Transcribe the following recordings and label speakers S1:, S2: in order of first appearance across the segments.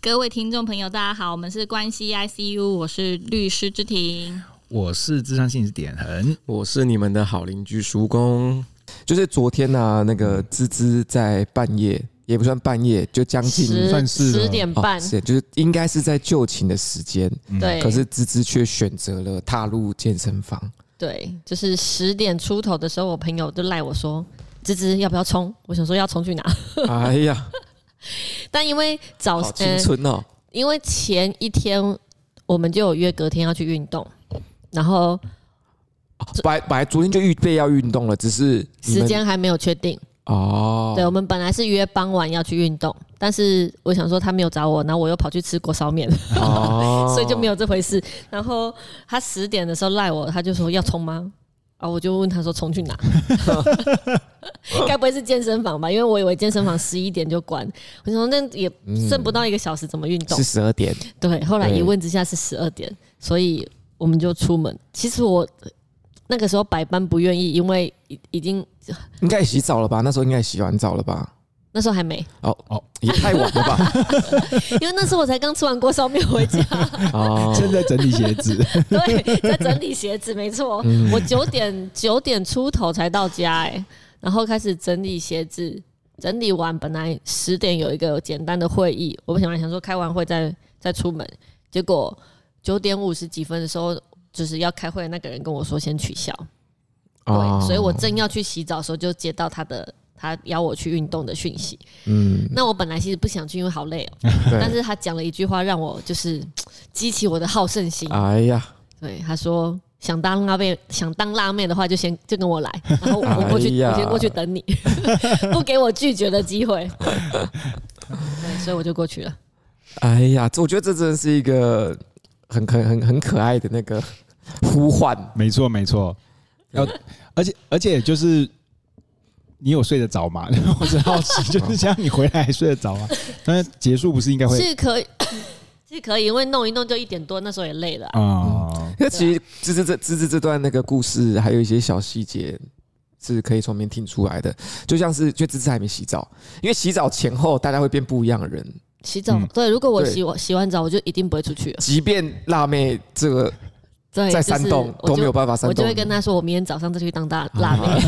S1: 各位听众朋友，大家好，我们是关系 ICU，我是律师之庭。
S2: 我是智商心理师点恒，
S3: 我是你们的好邻居叔公。就是昨天呢、那个芝芝在半夜，也不算半夜，就将近
S4: 十
S2: 算是了
S4: 十点
S3: 哦
S4: 半，
S3: 是就是应该是在就寝的时间，
S4: 对，
S3: 可是芝芝却选择了踏入健身 房。
S4: 对，就是十点出头的时候，我朋友就赖我说。芝芝要不要冲？我想说要冲去哪，
S3: 哎呀，
S4: 但因为早
S3: 好青
S4: 呃
S3: 春哦！
S4: 因为前一天我们就有约隔天要去运动，然后
S3: 本来本来昨天就预备要运动了，只是你们
S4: 时间还没有确定。
S3: 哦，
S4: 对，我们本来是约傍晚要去运动，但是我想说他没有找我，然后我又跑去吃锅烧面，
S3: 哦
S4: 所以就没有这回事。然后他十点的时候赖我，他就说要冲吗？啊，我就问他说 冲去哪？该不会是健身房吧？因为我以为健身房十一点就关，我想说那也剩不到一个小时，怎么运动
S3: 是？十二点，
S4: 对，后来
S3: 对
S4: 一问之下是十二点，所以我们就出门。其实我那个时候百般不愿意，因为已已经
S3: 应该也洗澡了吧？那时候应该也洗完澡了吧？
S4: 那时候还没，
S3: 哦
S2: 哦
S3: 哦，也太晚了吧？
S4: 因为那时候我才刚吃完锅烧面回家，
S3: 哦，
S2: 正在整理鞋子，
S4: 对，在整理鞋子，没错，我九点九点出头才到家、哎，然后开始整理鞋子，整理完本来十点有一个简单的会议，我本来想说开完会再再出门，结果九点五十几分的时候，就是要开会的那个人跟我说先取消，对，
S3: 哦
S4: 所以我正要去洗澡的时候就接到他的。他邀我去运动的讯息，
S3: 嗯，
S4: 那我本来其实不想去，因为好累哦、
S3: 对
S4: 但是他讲了一句话，让我就是激起我的好胜心。
S3: 哎呀，
S4: 对，他说想当辣妹，想当辣妹的话，就先就跟我来，然后我我过去，
S3: 哎呀
S4: 我先过去等你， 不给我拒绝的机会。对，所以我就过去 了。
S3: 哎呀，这我觉得这真的是一个很可很很可爱的那个呼唤。
S2: 没错没错。要，而且而且就是你有睡得着吗？ 我只好 奇，就是像你回来还睡得着吗？但是结束不是应该会
S4: 是可以， 是可以，因为弄一弄就一点多，那时候也累了啊、
S2: 啊？
S3: 那其实芝芝这芝芝这段那个故事，还有一些小细节是可以从里面听出来的。就像是，就芝芝还没洗澡，因为洗澡前后大家会变不一样 的人。
S4: 洗澡、
S2: 嗯
S4: 对，如果我
S3: 对
S4: 洗完洗完澡，我就一定不会出去了。
S3: 即便辣妹这个
S4: 对，
S3: 在
S4: 就
S3: 山
S4: 是
S3: 洞
S4: 我
S3: 都没
S4: 就
S3: 有办法
S4: 我
S3: 山
S4: 就
S3: 洞啊
S4: 会，跟他说，我明天早上再去当大辣妹。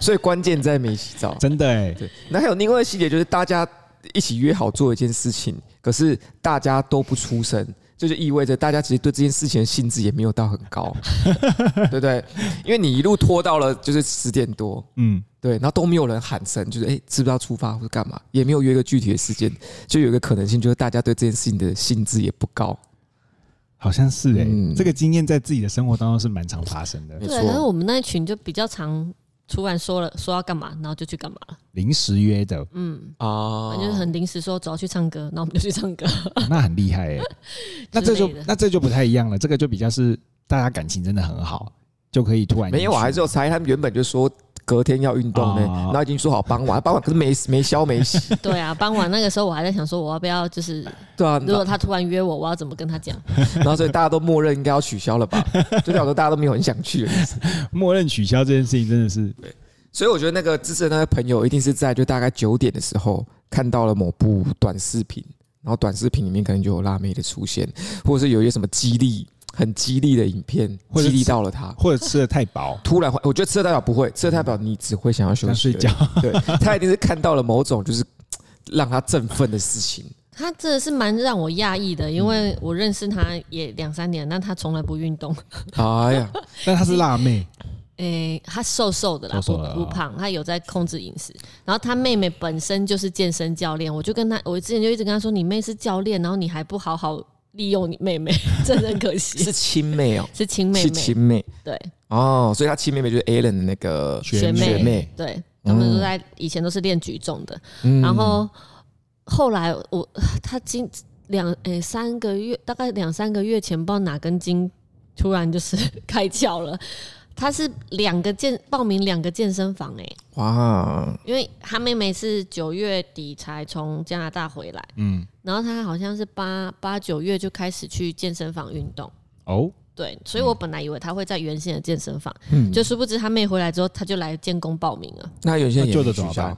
S3: 所以关键在没洗澡。
S2: 真的哎，
S3: 对，那还有另外一个细节就是大家一起约好做一件事情，可是大家都不出声，这就意味着大家其实对这件事情的兴致也没有到很高，对不对？因为你一路拖到了就是十点多，
S2: 嗯，
S3: 对，然后都没有人喊声，就是哎，诶知不知道出发或者干嘛，也没有约个具体的时间，就有一个可能性就是大家对这件事情的兴致也不高，
S2: 好像是哎
S3: 嗯，
S2: 这个经验在自己的生活当中是蛮常发生的
S3: 没，
S4: 对，然后
S3: 错，
S4: 我们那一群就比较常突然说了说要干嘛，然后就去干嘛了。
S2: 临时约的，
S4: 嗯，
S3: 啊
S4: 反正就是很临时说只要去唱歌，那我们就去唱歌。
S2: 那很厉 害哎。那这就
S4: 之类的
S2: 那这就不太一样了，这个就比较是大家感情真的很好，就可以突然
S3: 没有，
S2: 间
S3: 我还是有猜，他们原本就说隔天要运动呢，
S2: 哦
S3: 然后已经说好傍晚，傍晚可是没没消没息，
S4: 对啊，傍晚那个时候我还在想说，我要不要就是，
S3: 对啊，
S4: 如果他突然约我，我要怎么跟他讲？
S3: 然后所以大家都默认应该要取消了吧？就表示大家都没有很想去的意思。
S2: 默认取消这件事情真的是
S3: 所以我觉得那个支持的那个朋友一定是在就大概九点的时候看到了某部短视频，然后短视频里面可能就有辣妹的出现，或者是有一些什么激励很激励的影片，
S2: 或者
S3: 激
S2: 是
S3: 励到了他。
S2: 或者吃的太饱，
S3: 突然会，我觉得吃代表不会，吃代表你只会想要休
S2: 想睡
S3: 息
S2: 觉。
S3: 而已。对他一定是看到了某种就是嘖让他振奋的事情。
S4: 他真的是蛮让我讶异的，因为我认识他也两三年，但他从来不运动。
S3: 哎呀，
S2: 但她是辣妹，
S4: 诶、他瘦瘦的啦，
S2: 瘦瘦的啊
S4: 不不胖，他有在控制饮食。然后他妹妹本身就是健身教练，我就跟他，我之前就一直跟他说，你妹是教练，然后你还不好好利用你妹妹， 真的很可惜。
S3: 是亲妹哦，
S4: 是亲妹
S3: 是
S4: 妹，
S3: 亲妹
S4: 对
S3: 哦，所以他亲妹妹就是 Alan 的那个
S2: 学妹
S3: 学妹，
S4: 对，他们都在以前都是练举重的，
S3: 嗯
S4: 然后后来我他今两诶、三个月，大概两三个月前，不知道哪根筋突然就是 开窍了。他是两个健报名两个健身房诶、欸
S3: 哇，
S4: 因为他妹妹是九月底才从加拿大回来，
S2: 嗯，
S4: 然后他好像是八八九月就开始去健身房运动。
S2: 哦，
S4: 对，所以我本来以为他会在原先的健身房，
S3: 嗯啊
S4: 就殊不知他妹回来之后，他就来建工报名了。
S3: 那有些
S2: 那
S3: 人也
S2: 旧的
S3: 没
S2: 怎
S3: 取
S2: 么
S3: 消
S2: 办？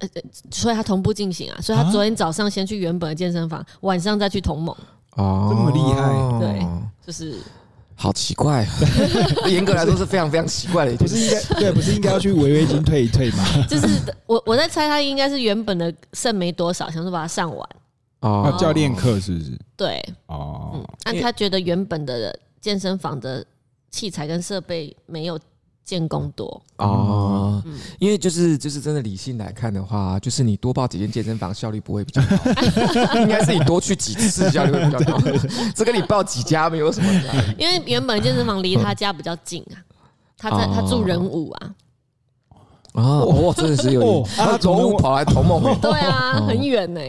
S4: 呃，呃所以他同步进行啊，所以他
S2: 啊
S4: 昨天早上先去原本的健身房，晚上再去同盟，
S3: 哦
S2: 这么厉害
S4: 对 就是
S3: 好奇 怪，严格来说是非常非常奇怪的一
S2: 不是
S3: 件事。
S2: 应 该对，不是应该要去违约金退一退吗？
S4: 就是我我在猜他应该是原本的剩没多少，想说把它上完，
S2: 哦
S3: 哦，
S2: 教练课是不是？
S4: 对，
S2: 哦
S4: 嗯，，但
S3: 因为
S4: 他觉得原本的健身房的器材跟设备没有建工多，
S3: 哦，因为就是就是真的理性来看的话，就是你多报几间健身房效率不会比较高，应该是你多去几次效率会比较高。这跟你报几家没有什么差异。
S4: 因为原本健身房离他家比较近 啊，他
S2: 哦
S4: 在他住仁武啊，
S3: 啊，哦，真的是有点
S2: 哦，啊
S3: 他
S2: 怎么
S3: 从
S2: 跟
S3: 头
S2: 我
S3: 跑来投梦欸，
S2: 哦
S4: 对啊，很远呢、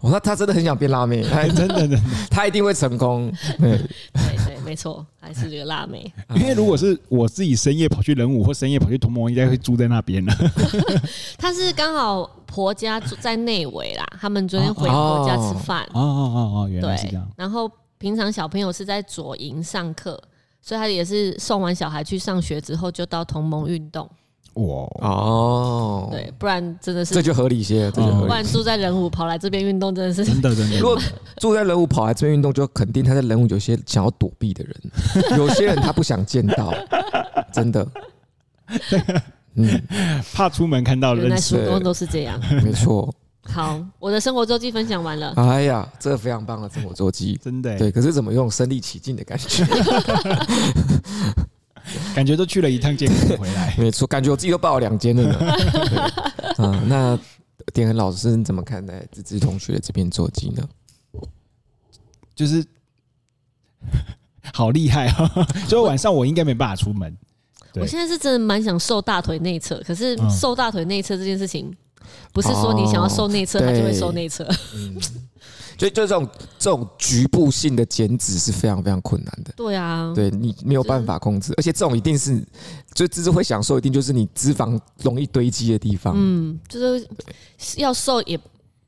S3: 哦，那他真的很想变辣妹，他
S2: 真的真的，
S3: 他一定会成功。对
S4: 对对，没错，还是这个辣妹。
S2: 因为如果是我自己深夜跑去人武或深夜跑去同盟，应该会住在那边了。
S4: 她是刚好婆家住在内围啦，他们昨天回婆家吃饭，
S2: 哦哦哦哦，原来是这
S4: 对
S2: 样。，
S4: 然后平常小朋友是在左营上课，所以他也是送完小孩去上学之后就到同盟运动，
S2: 哇，
S3: 哦，
S4: 对，不然真的是
S3: 这就合理一些，这就合
S4: 不
S3: 理。
S4: 然住在人武跑来这边运动真 的是
S2: 真的真的。
S3: 如果住在人物跑来这边运动，就肯定他在人物有些想要躲避的人，有些人他不想见到，真的。嗯，
S2: 怕出门看到
S4: 原
S2: 认
S4: 来
S2: 识
S4: 曙光都是这样。
S3: 没错。
S4: 好，我的生活周记分享完了，
S3: 哎呀，这非常棒的生活周记。
S2: 真的欸、
S3: 对，可是怎么用身临其境的感觉？。
S2: 感觉都去了一趟健身回来
S3: 没错，感觉我自己都报了两间了呢。对啊，那点恒老师你怎么看待芝芝同学的这篇周记呢？
S2: 就是 好厉害哦！ 所以晚上我应该没办法出门。对
S4: 我现在是真的蛮想瘦大腿内侧，可是
S2: 嗯
S4: 瘦大腿内侧这件事情。不是说你想要瘦内侧，
S3: 哦
S4: 它就会
S3: 对
S4: 瘦 内侧。
S3: 嗯，就就这种这种局部性的减脂是非常非常困难的。
S4: 对啊，
S3: 对你没有办法控制，而且这种一定是，就只是会享受，一定就是你脂肪容易堆积的地方。
S4: 嗯，就是要瘦也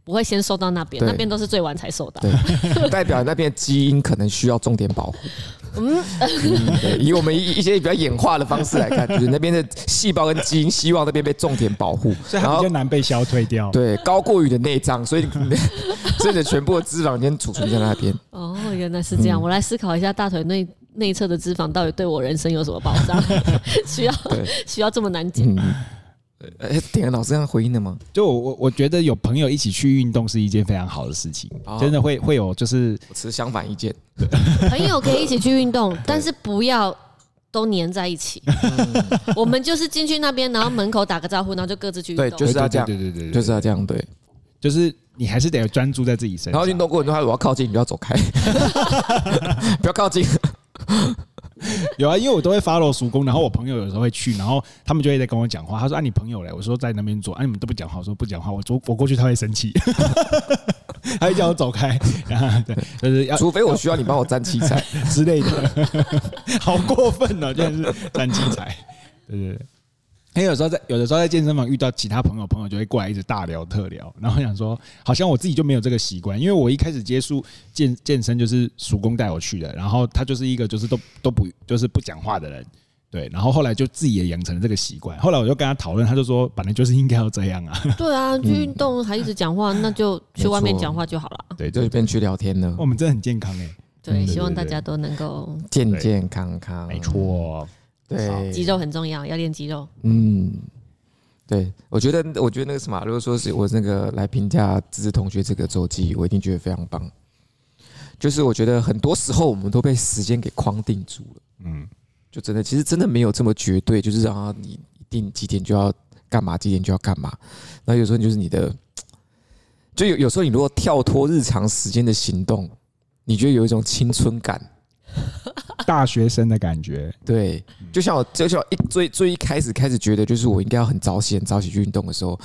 S4: 不会先瘦到那边，
S3: 对
S4: 那边都是最晚才瘦啊到。
S3: 对， 代表那边的基因可能需要重点保护。嗯，对以我们一一些比较演化的方式来看，就是那边的细胞跟基因希望那边被重点保护，
S2: 所以
S3: 然
S2: 它比
S3: 后
S2: 较难被消退掉。
S3: 对高过于你的内脏，所以你的所以你的全部的脂肪先储存在那边。
S4: 哦，原来是
S3: 嗯
S4: 这样。我来思考一下大腿内内侧的脂肪到底对我人生有什么保障， 需要
S3: 对
S4: 需要这么难减？
S3: 嗯， 哎，点老师这样回应的吗？
S2: 就我我我觉得有朋友一起去运动是一件非常好的事情，
S3: 哦
S2: 真的会会有就是
S3: 我持相反意见。嗯
S4: 朋友可以一起去运动，但是不要都黏在一起。
S3: 嗯
S4: 我们就是进去那边，然后门口打个招呼，然后就各自去运
S3: 对
S4: 动。
S3: 就是
S2: 对
S3: 要这样
S2: 对对对对，啊
S3: 就
S2: 就是是
S3: 要这样对，
S2: 就是你还是得专注在自己身
S3: 然
S2: 上
S3: 后。运动过程中，他说我要靠近，你就要走开， 不要靠近。
S2: 有啊，因为我都会 follow 叔公，然后我朋友有时候会去，然后他们就会在跟我讲话。他说：“啊，你朋友嘞？”我说：“在那边坐。”啊，你们都不讲话，我说不讲话，我坐我过去他会生气， 他会叫我走开，然后对，就是要
S3: 除非我需要你帮我站器 材。
S2: 之类的， 好过分哦，真的是占器材，对对对。因为有时候在有的时候在健身房遇到其他朋友，朋友就会过来一直大聊特聊，然后想说好像我自己就没有这个习惯，因为我一开始接触健健身就是叔公带我去的，然后他就是一个就是都都不就是不讲话的人，对，然后后来就自己也养成了这个习惯，后来我就跟他讨论，他就说本来就是应该要这样啊，
S4: 对啊，去运动还一直讲话，那就去外面讲话就好了。
S2: 对
S3: 就
S2: 对
S3: 是
S2: 对，
S3: 边去聊天呢
S2: 我，们真的很健康哎、
S4: 对，
S2: 嗯
S4: 希望大家都能够
S3: 健健康康，
S2: 没，错，
S3: 对，
S4: 肌肉很重要，要练肌肉。
S3: 嗯，对，我觉得，我觉得那个什么，如果说是我那个来评价芝芝同学这个周记，我一定觉得非常棒。就是我觉得很多时候我们都被时间给框定住了，
S2: 嗯，
S3: 就真的其实真的没有这么绝对，就是啊，你一定几点就要干嘛，几点就要干嘛。那有时候就是你的，就有有时候你如果跳脱日常时间的行动，你就有一种青春感。
S2: 大学生的感觉，
S3: 对，就像我，就像我一最最一开始开始觉得，就是我应该要很早起、很早起去运动的时候，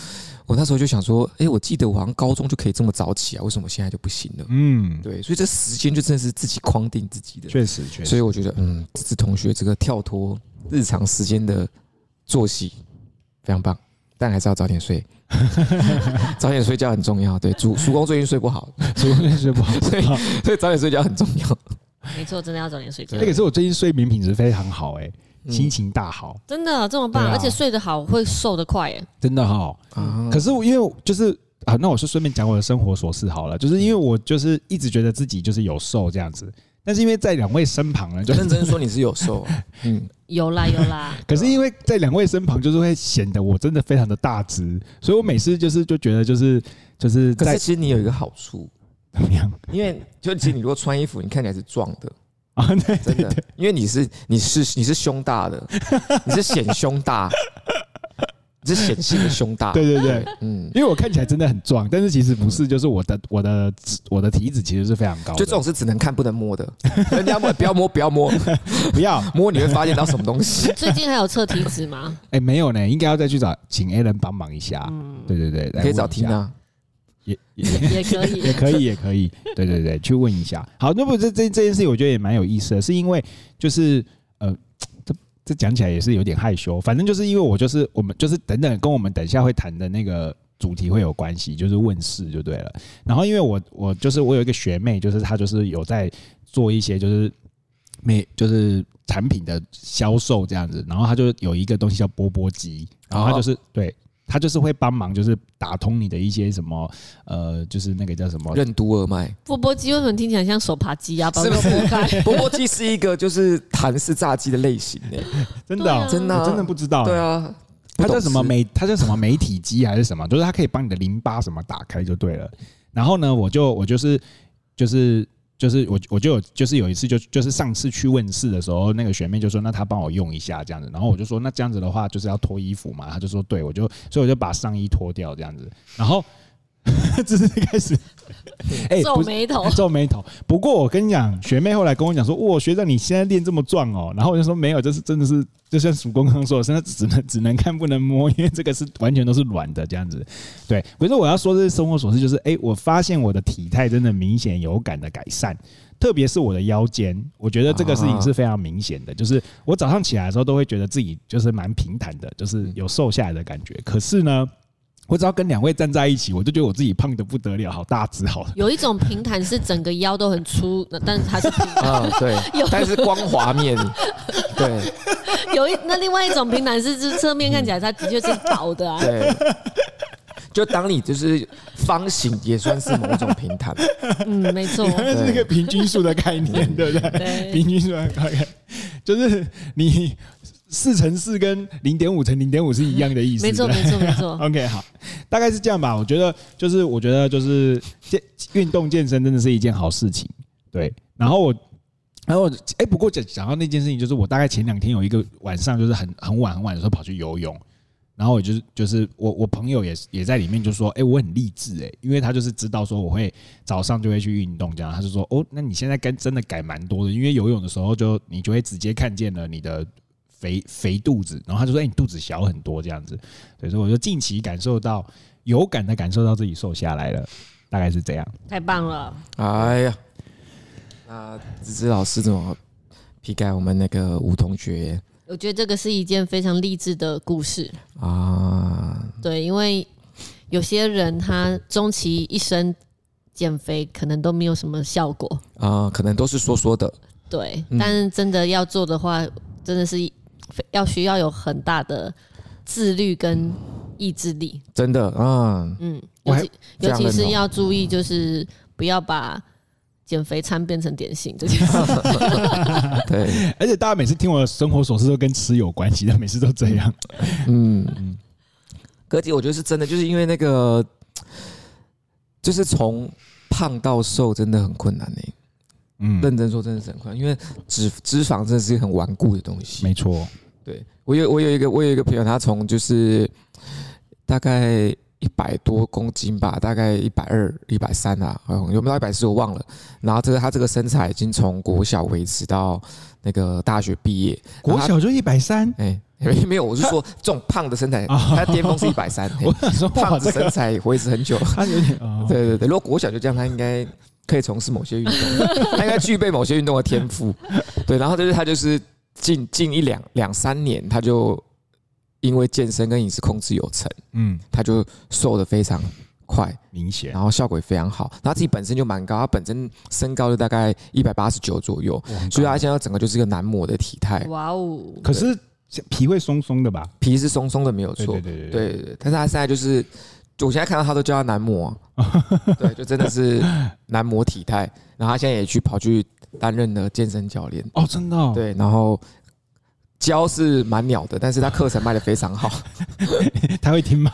S3: 我那时候就想说，哎、我记得我好像高中就可以这么早起啊，为什么现在就不行了？
S2: 嗯，
S3: 对，所以这时间就真的是自己框定自己的。
S2: 确实确实
S3: 所。以我觉得，嗯，这次同学这个跳脱日常时间的作息非常棒，但还是要早 点睡，早点睡觉很重要。对，主叔公最近睡不好，
S2: 主任是不好。
S3: 所以所以早点睡觉很重要。
S4: 没错，真的要早点睡觉
S2: 那。可是我最近睡眠品质非常好哎、
S3: 嗯
S2: 心情大好，
S4: 真的这么棒，
S2: 对啊
S4: 而且睡得好会瘦得快耶。
S2: 真的哈。
S3: 啊
S2: 可是我因为我就是啊，那我是顺便讲我的生活琐事好了，就是因为我就是一直觉得自己就是有瘦这样子，但是因为在两位身旁呢，就
S3: 认真说你是有瘦啊， 嗯，
S4: 有啦有啦，
S2: 可是因为在两位身旁，就是会显得我真的非常的大只，所以我每次就是就觉得就是就是
S3: 可
S2: 在
S3: 是其实你有一个好处，
S2: 怎么样
S3: 因为就其实你如果穿衣服，你看起来是壮的，
S2: 啊？对
S3: 真的，因为你是你是你是胸 大的，你是显胸大，你是显性的胸大，
S2: 对对对，
S3: 嗯，
S2: 因为我看起来真的很壮，但是其实不是，就是我的我的我的体脂其实是非常高的，
S3: 就这种是只能看不能摸的，人家摸不 要摸不要摸，
S2: 不要
S3: 摸你会发现到什么 东西。
S4: 最近还有测体脂吗？
S2: 哎、没有呢，应该要再去找请 A 人帮忙一下。
S4: 嗯
S2: 对对对，
S3: 你可以找
S2: 听
S3: Tina，
S2: 也也
S4: 也可
S2: 也
S4: 以，
S2: 可以，也可以，对对对，去问一下。好，那么这这这件事，我觉得也蛮有意思的，是因为就是呃，这这讲起来也是有点害羞，反正就是因为我就是我们就是等等跟我们等一下会谈的那个主题会有关系，就是问世就对了。然后因为我我就是我有一个学妹，就是她就是有在做一些就是美就是产品的销售这样子，然后她就有一个东西叫波波机，然后她就是、对。她就是会帮忙，就是打通你的一些什么，呃，就是那个叫什么
S3: 任督二 脉。
S4: 钵钵鸡为什么听起来像手扒鸡啊？把
S3: 是
S4: 肉
S3: 不是
S4: 剥开，
S3: 钵钵鸡是一个就是韩式炸鸡的类型诶、
S2: 真
S4: 对
S2: 的
S4: 啊
S2: 哦、
S3: 真的啊
S2: 我真的不知道、
S3: 对，啊，
S2: 它叫什么
S3: 不懂事
S2: 媒，它叫什么媒体机还是什么，就是它可以帮你的淋巴什么打开就对了。然后呢，我就我就是就是。就是我，我就有，就是有一次就，就是上次去问世的时候，那个学妹就说，那她帮我用一下这样子，然后我就说，那这样子的话，就是要脱衣服嘛，她就说，对，我就，所以我就把上衣脱掉这样子，然后 这是一开 始，哎、
S4: 皱
S2: 不是。
S4: 眉头
S2: 皱眉头。不过我跟你讲，学妹后来跟我讲说，哇，学长你现在练这么壮哦，然后我就说没有，这是真的是，就像曙光刚刚说的，现在只能只能看不能摸，因为这个是完全都是软的这样子。对，可是我要说这是生活琐事，就是哎、我发现我的体态真的明显有感的改善。特别是我的腰间，我觉得这个事情是非常明显的，就是我早上起来的时候都会觉得自己就是蛮平坦的，就是有瘦下来的感觉。可是呢，我只要跟两位站在一起，我就觉得我自己胖的不得了，好大只，好
S4: 有一种平坦是整个腰都很粗， 那但是它是平
S3: 啊，对，但是光 滑面，对
S4: 有一那另外一种平坦是，是侧面看起来它的确是薄的啊。
S3: 对。就当你就是方形，也算是某种平坦。
S4: 嗯，没错，
S2: 那是那个平均数的概念，对不对？
S4: 对，
S2: 平均数的概念就是你四乘四跟零点五乘零点五是一样的意思。
S4: 没错，
S2: 对
S4: 没错，没错。
S2: OK，好，大概是这样吧。我觉得就是，我觉得就是健运动健身真的是一件好事情，对。然后我，然后我哎、不过讲讲到那件事情，就是我大概前两天有一个晚上，就是很很晚很晚的时候跑去游泳，然后我就是就是我我朋友也也在里面就说，哎、我很励志哎、因为他就是知道说我会早上就会去运动这样，他就说哦，那你现在该真的改蛮多的，因为游泳的时候就你就会直接看见了你的。肥肥肚子，然后他就说：“哎、你肚子小很多这样子。”对，所以我就近期感受到有感的感受到自己瘦下来了，大概是这样。
S4: 太棒了，
S3: 哎呀， 那芝芝老师怎么批改我们那个吴同学
S4: 我觉得这个是一件非常励志的故事。
S3: 啊？
S4: 对，因为有些人他终其一生减肥可能都没有什么效果，
S3: 啊，可能都是说说的，
S4: 对，
S3: 嗯
S4: 但是真的要做的话，真的是要需要有很大的自律跟意志力，
S3: 真的啊，
S4: 嗯，
S3: 我
S4: 尤
S3: 还
S4: 其
S3: 非
S4: 尤
S3: 常
S4: 其
S3: 认
S4: 是
S3: 同
S4: 要注意，就是不要把减肥餐变成点心这件 事。
S3: 对，
S2: 而且大家每次听我的生活琐事都跟吃有关系的，每次都这样。
S3: 嗯，哥姐，我觉得是真的，就是因为那个，就是从胖到瘦真的很困难呢、
S2: 嗯，
S3: 认真说，真的是很困难，因为脂脂肪真的是一个很顽固的东西。
S2: 没错。
S3: 对我有我有一个我有一个朋友，他从就是大概一百多公斤吧，大概一百二、一百三啊，好像有没有到一百四我忘了。然后这个他这个身材已经从国小维持到那个大学毕业，然后
S2: 国
S3: 他
S2: 小就一百三，
S3: 哎、没没有，我是说这种胖的身材，
S2: 啊
S3: 他巅峰是一百三，
S2: 我想说哇，
S3: 胖子
S2: 这
S3: 身
S2: 个
S3: 材维持很久。
S2: 他有点哦
S3: 对对对，如果国小就这样，他应该可以从事某些运 动，他应该具备某些运动的天赋。对，然后就是他就是近近一两两三年，他就因为健身跟饮食控制有成，
S2: 嗯
S3: 他就瘦的非常快，
S2: 明显
S3: 然后效果也非常好。他自己本身就蛮高，他本身身高就大概一百八十九左右，所以他现在整个就是一个男模的体态，
S4: 哇哦，
S2: 可是皮会松松的吧？
S3: 皮是松松的没有
S2: 对
S3: 错
S2: 对，对对
S3: 对对对，但是他现在就是，就我现在看到他都叫他男 模啊、对，就真的是男模体态。然后他现在也去跑去担任了健身教练，
S2: 哦，真的、哦，
S3: 对，然后教是蛮鸟的，但是他课程卖的非常 好，
S2: 他会听吗？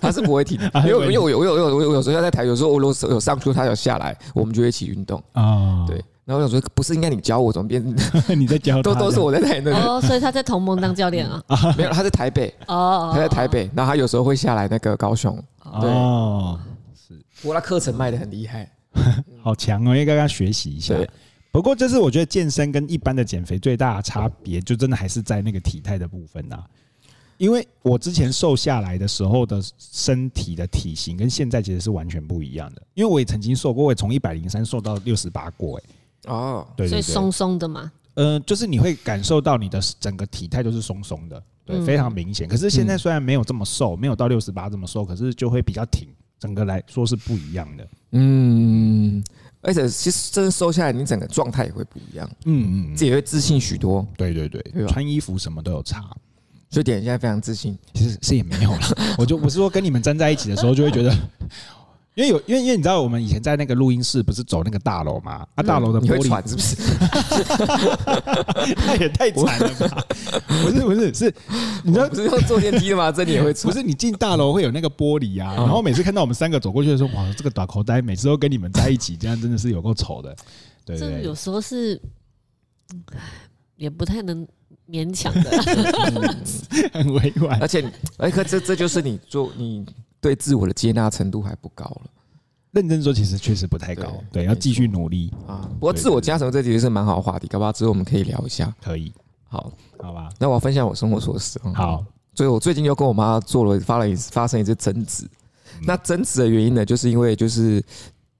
S3: 他是不会停，因为我因为我有我有我有我有有时候在台，有时候我有有上去，他有下来，我们就一起运动，
S2: 哦，
S3: 对。然后我想说，不是应该你教我，怎 么变
S2: 你在教他
S3: 都都是我在台那个
S4: 哦，所以他在同盟当教练啊，哦
S3: 没有，他在台北，
S4: 哦，
S3: 他在台北，然后他有时候会下来那个高雄，对
S2: 哦，
S3: 不过他课程卖的很厉害，
S2: 好强哦，应该跟他学习一下
S3: 对。
S2: 不过，这是我觉得健身跟一般的减肥最大的差别，就真的还是在那个体态的部分啊。因为我之前瘦下来的时候的身体的体型跟现在其实是完全不一样的，因为我也曾经瘦过，我也从一百零三瘦到六十八过、哎，
S3: 哦，
S2: 对
S4: 所以
S2: 对对，
S4: 松松的嘛，
S2: 呃，就是你会感受到你的整个体态都是松松的，对，
S4: 嗯
S2: 非常明显。可是现在虽然没有这么瘦，没有到六十八这么瘦，可是就会比较挺，整个来说是不一样的。
S3: 嗯，而且其实真的瘦下来，你整个状态也会不一样，
S2: 嗯嗯
S3: 自己也会自信许多。
S2: 对对对，
S3: 对吧
S2: 穿衣服什么都有差。
S3: 所以点现在非常自信，
S2: 其实是也没有啦， 我就我是说跟你们站在一起的时候，就会觉得，因为有因为因为你知道我们以前在那个录音室不是走那个大楼嘛，啊大楼的
S3: 嗯你
S2: 玻
S3: 会
S2: 璃
S3: 喘是不是？
S2: 那也 太惨了吧？不是不是是，你知道
S3: 不是要坐电梯的吗？这你也会
S2: 不
S3: 喘？
S2: 是你进大楼会有那个玻璃
S3: 嗯
S2: 啊，然后每次看到我们三个走过去的时候，哇，这个短口袋每次都跟你们在一起，这样真的是有够丑的，对
S4: 这
S2: 对
S4: 有
S2: 对。
S4: 时候是嗯也不太能勉强 的，
S2: 很委婉
S3: 而。且，而且这这就是你做你对自我的接纳程度还不高了
S2: 认真说，其实确实不太高，对，要继续努力，
S3: 啊。不过自我接纳程度这的确是蛮好的话题，搞不好之后我们可以聊一下。
S2: 可以，
S3: 好，
S2: 好吧？
S3: 那我要分享我生活琐事。嗯，
S2: 好，
S3: 所以我最近又跟我妈做了发了一发生一次争执。那争执的原因呢，就是因为就是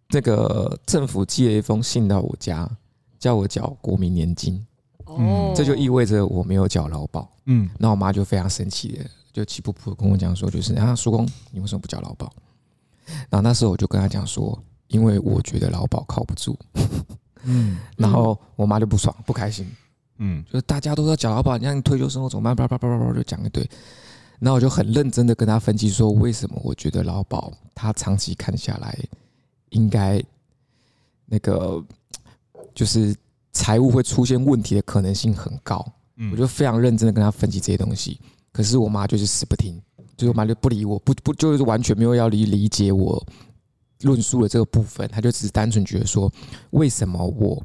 S3: 这个政府寄了一封信到我家，叫我缴国民年金，
S4: 哦，
S3: 嗯这就意味着我没有缴劳保。
S2: 嗯，
S3: 那我妈就非常生气的，就气噗噗地跟我讲说，就是啊，叔公，你为什么不缴劳保？然后那时候我就跟她讲说，因为我觉得劳保靠不住。嗯，然后我妈就不爽，不开心，
S2: 嗯，
S3: 就是大家都要缴劳保，你让你退休生活怎么办？叭叭叭叭叭就讲一堆。然后我就很认真的跟他分析说，为什么我觉得劳保它长期看下来，应该那个就是财务会出现问题的可能性很高。
S2: 嗯
S3: 我就非常认真的跟他分析这些东西，可是我妈就是死不听，就是我妈就不理我，不不就是完全没有要理理解我论述的这个部分，她就只是单纯觉得说，为什么我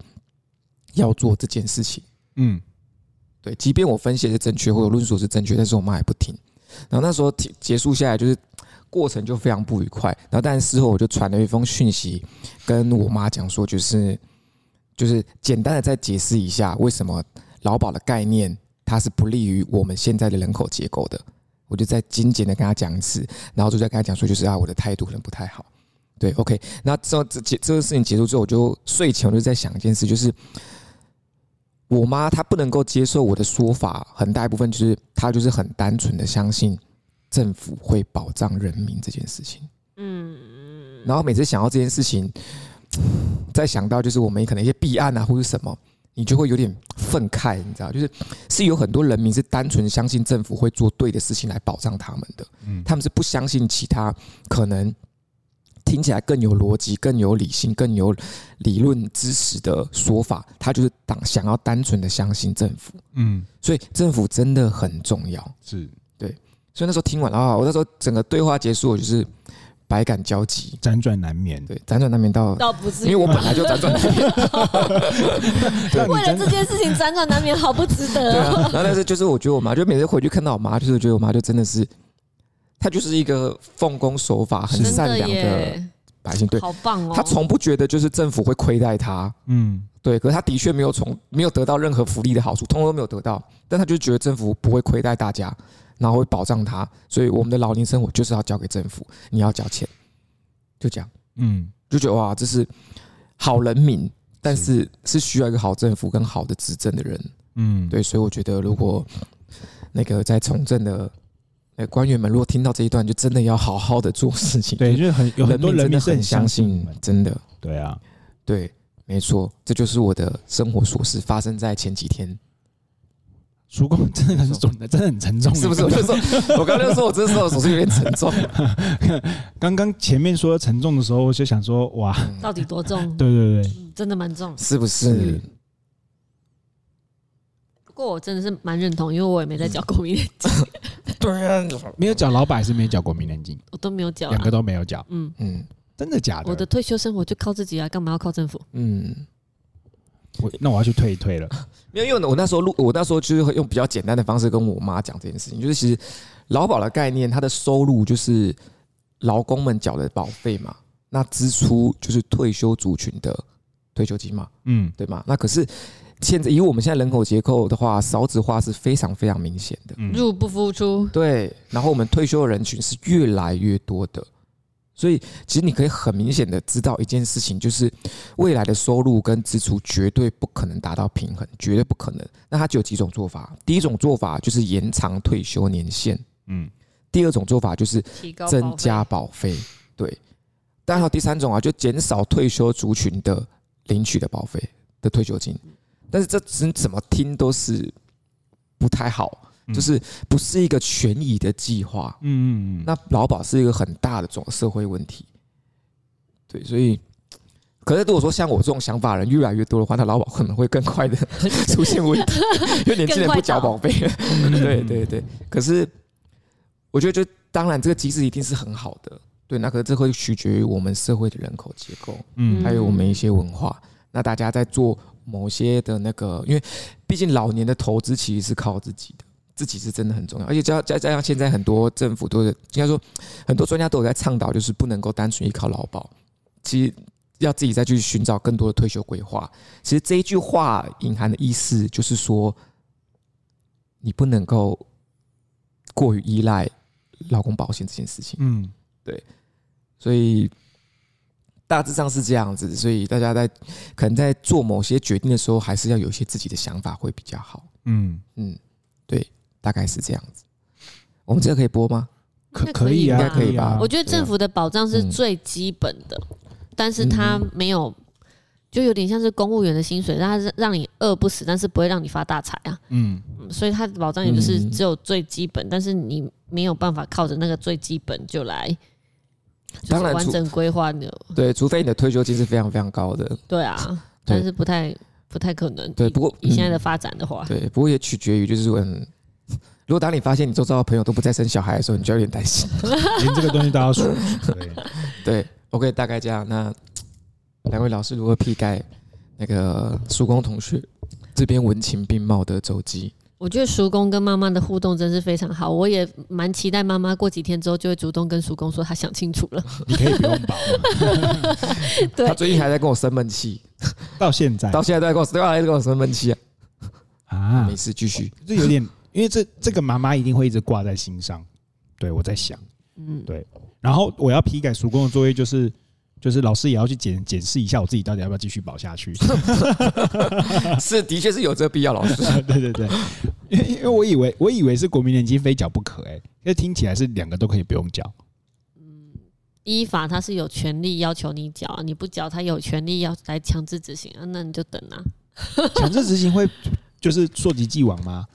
S3: 要做这件事情。
S2: 嗯，
S3: 对，即便我分析的是正确，或者论述是正确，但是我妈也不听。然后那时候提结束下来，就是过程就非常不愉快。然后，但是事后我就传了一封讯息跟我妈讲说，就是就是简单的再解释一下为什么劳保的概念它是不利于我们现在的人口结构的。我就再精简的跟她讲一次，然后就再跟她讲说，就是啊，我的态度可能不太好。对，OK。那之后这结这个事情结束之后，我就睡前我就在想一件事，就是我妈她不能够接受我的说法，很大一部分就是她就是很单纯的相信政府会保障人民这件事情。嗯，然后每次想到这件事情，再想到就是我们可能一些弊案啊或者什么，你就会有点愤慨，你知道，就是是有很多人民是单纯相信政府会做对的事情来保障他们的，
S2: 嗯
S3: 他们是不相信其他可能。听起来更有逻辑、更有理性、更有理论支持的说法，他就是当想要单纯的相信政府，
S2: 嗯，
S3: 所以政府真的很重要。
S2: 是
S3: 所以那时候听完啊，我那时候整个对话结束，我就是百感交集，
S2: 辗转难眠，
S3: 对，辗转难眠到，
S4: 倒不
S3: 因
S4: 至
S3: 为。
S4: 于
S3: 我本来就辗转难眠，
S2: 让你
S4: 为了
S2: 辗
S4: 这件事情辗转难眠，好不值
S3: 对
S4: 得
S3: 啊
S4: 哦。。
S3: 然后但是就是我觉得我妈，就每次回去看到我妈，就是觉得我妈就真的是，她就是一个奉公守法、很
S4: 真
S3: 善
S4: 的
S3: 良的
S4: 耶，
S3: 百姓，对
S4: 好棒哦！
S3: 她从不觉得就是政府会亏待她，
S2: 嗯
S3: 对，可是他的确没有从没有得到任何福利的好处，通通都没有得到，但他就觉得政府不会亏待大家，然后会保障他，所以我们的老年生活就是要交给政府，你要交钱，就这样，
S2: 嗯，
S3: 就觉得哇，这是好人民，但是是需要一个好政府跟好的执政的人，
S2: 嗯，
S3: 对，所以我觉得如果那个在从政的呃官员们如果听到这一段，就真的要好好的做事情。
S2: 对，，就是很有很多人
S3: 民真
S2: 民
S3: 的
S2: 是
S3: 很
S2: 相
S3: 相
S2: 信
S3: 信
S2: 你
S3: 你
S2: 们
S3: 们，，真的
S2: 对啊，
S3: 对，没错，这就是我的生活琐事，发生在前几天，
S2: 叔公真的很准的，真的很沉重，
S3: 是不是？我就说，我刚刚就说我真的是我琐事有点沉 重，
S2: 刚刚前面说沉重的时候，我就想说，哇，
S4: 到底 多重？
S2: 对对对，
S4: 嗯真的蛮重。
S3: 嗯是不
S2: 是
S3: 是？
S4: 不过我真的是蛮认同，因为我也没在缴公民年金，
S3: 对啊，
S2: 没有缴老百还是没有缴国民年金，
S4: 我都没有缴啊。
S2: 两个都没有缴，
S4: 嗯，
S3: 嗯
S2: 真的假的？
S4: 我的退休生活就靠自己啊，干嘛要靠政府？
S3: 嗯。
S2: 我那我要去退一退了。
S3: 没有，因为我那时候录，我那时候就是用比较简单的方式跟我妈讲这件事情，就是其实劳保的概念，它的收入就是劳工们缴的保费嘛，那支出就是退休族群的退休金嘛，
S2: 嗯，
S3: 对吗？那可是现在以我们现在人口结构的话，少子化是非常非常明显的，
S2: 嗯
S4: 入不敷出，
S3: 对，然后我们退休的人群是越来越多的，所以其实你可以很明显的知道一件事情，就是未来的收入跟支出绝对不可能达到平衡，绝对不可能。那它只有几种做法，第一种做法就是延长退休年限，
S2: 嗯，
S3: 第二种做法就是
S4: 提高
S3: 增加保费，对。当然还有第三种啊，就减少退休族群的领取的保费的退休金，但是这怎怎么听都是不太好，
S2: 嗯
S3: 就是不是一个权益的计划。
S2: 嗯嗯嗯，
S3: 那劳保是一个很大的总社会问题，对，所以。可是如果说像我这种想法的人越来越多的话，那劳保可能会更快的 出现问题，因为年轻人不缴保费。
S2: 嗯
S3: 对对对，可是我觉得，就当然这个机制一定是很好的，对，那可是这会取决于我们社会的人口结构，
S2: 嗯
S3: 还有我们一些文化。那大家在做某些的那个，因为毕竟老年的投资其实是靠自己的，自己是真的很重要。而且加加加上现在很多政府都有，应该说很多专家都有在倡导，就是不能够单纯依靠劳保，其实要自己再去寻找更多的退休规划。其实这一句话隐含的意思就是说，你不能够过于依赖劳工保险这件事情。
S2: 嗯，
S3: 所以大致上是这样子。所以大家在可能在做某些决定的时候，还是要有一些自己的想法会比较好。
S2: 嗯，
S3: 嗯，对，大概是这样子。我们这个可以播吗？
S2: 可
S4: 那可以
S2: 以啊，
S4: 吧
S3: 应该可以吧
S2: 啊
S4: 我觉得政府的保障是
S3: 嗯
S4: 最基本的，但是它没有，就有点像是公务员的薪水，但它是让你饿不死，但是不会让你发大财啊。
S2: 嗯，
S4: 嗯所以它的保障也就是
S3: 嗯
S4: 只有最基本，但是你没有办法靠着那个最基本就来，就
S3: 当
S4: 是
S3: 然
S4: 完
S3: 除
S4: 整规划你的，
S3: 对，除非你的退休金是非常非常高 的。
S4: 对啊，
S3: 对
S4: 但是不太不太可能。
S3: 对，
S4: 以
S3: 不过
S4: 以现在的
S3: 嗯
S4: 发展的话，
S3: 对，不过也取决于就是嗯。如果当你发现你周遭的朋友都不再生小孩的时候，你就有点担 心。
S2: 连这个东西都要 数，对，
S3: 对，OK，大概这样。那两位老师如何批改那个曙光同学这边文情并茂的走机？
S4: 我觉得叔公跟妈妈的互动真是非常好，我也蛮期待妈妈过几天之后就会主动跟叔公说她想清楚了。
S2: 你可以不用保，
S4: 对
S3: 他最近还在跟我生闷气，
S2: 到现在
S3: 到现在都在跟我，对啊，还在跟我生闷气啊。
S2: 啊
S3: 没，事，继续。
S2: 这有点，因为这这个妈妈一定会一直挂在心上，对我在想。
S4: 嗯，
S2: 然后我要批改叔公的作业，就是就是老师也要去检检视一下我自己到底要不要继续保下去。
S3: 是，的确是有这个必要，老师。
S2: 对对对，因为因为我以为我以为是国民年金非缴不可、欸，哎，因为听起来是两个都可以不用缴。
S4: 依法他是有权利要求你缴啊，你不缴他有权利要来强制执行啊，那你就等啊。
S2: 强制执行会就是溯及既往吗？